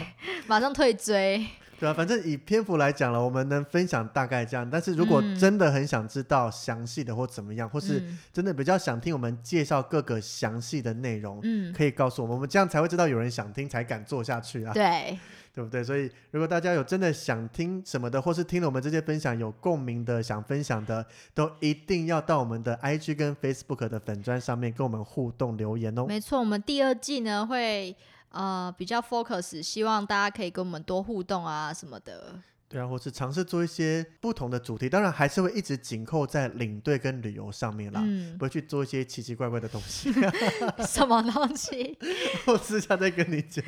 Speaker 1: 马上退追。
Speaker 2: 对啊，反正以篇幅来讲了，我们能分享大概这样。但是如果
Speaker 1: 嗯
Speaker 2: 真的很想知道详细的或怎么样，或是
Speaker 1: 嗯
Speaker 2: 真的比较想听我们介绍各个详细的内容，
Speaker 1: 嗯，
Speaker 2: 可以告诉我们，我们这样才会知道有人想听，才敢做下去啊。
Speaker 1: 对，
Speaker 2: 对不对？所以如果大家有真的想听什么的，或是听了我们这些分享有共鸣的、想分享的，都一定要到我们的 IG 跟 Facebook 的粉砖上面跟我们互动留言哦。
Speaker 1: 没错，我们第二季呢会呃比较 focus，希望大家可以跟我们多互动啊什么的。
Speaker 2: 对啊，或是尝试做一些不同的主题，当然还是会一直紧扣在领队跟旅游上面啦。
Speaker 1: 嗯，
Speaker 2: 不会去做一些奇奇怪怪的东西，
Speaker 1: 什么东西？
Speaker 2: 我私下再跟你讲。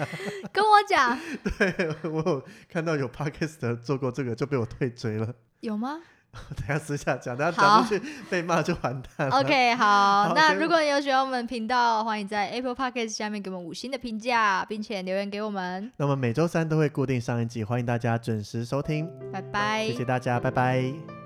Speaker 1: 跟我讲
Speaker 2: 对我有看到有 podcast 做过这个，就被我退追了。
Speaker 1: 有吗
Speaker 2: 等一下私下讲，等一下讲出去被骂就完 蛋了。
Speaker 1: ？OK，好
Speaker 2: 好。
Speaker 1: 那
Speaker 2: 先
Speaker 1: 如果你有喜欢我们频道，欢迎在 Apple Podcast 下面给我们五星的评价，并且留言给我们。
Speaker 2: 那么每周三都会固定上一集，欢迎大家准时收听，
Speaker 1: 拜拜。
Speaker 2: 谢谢大家，拜拜。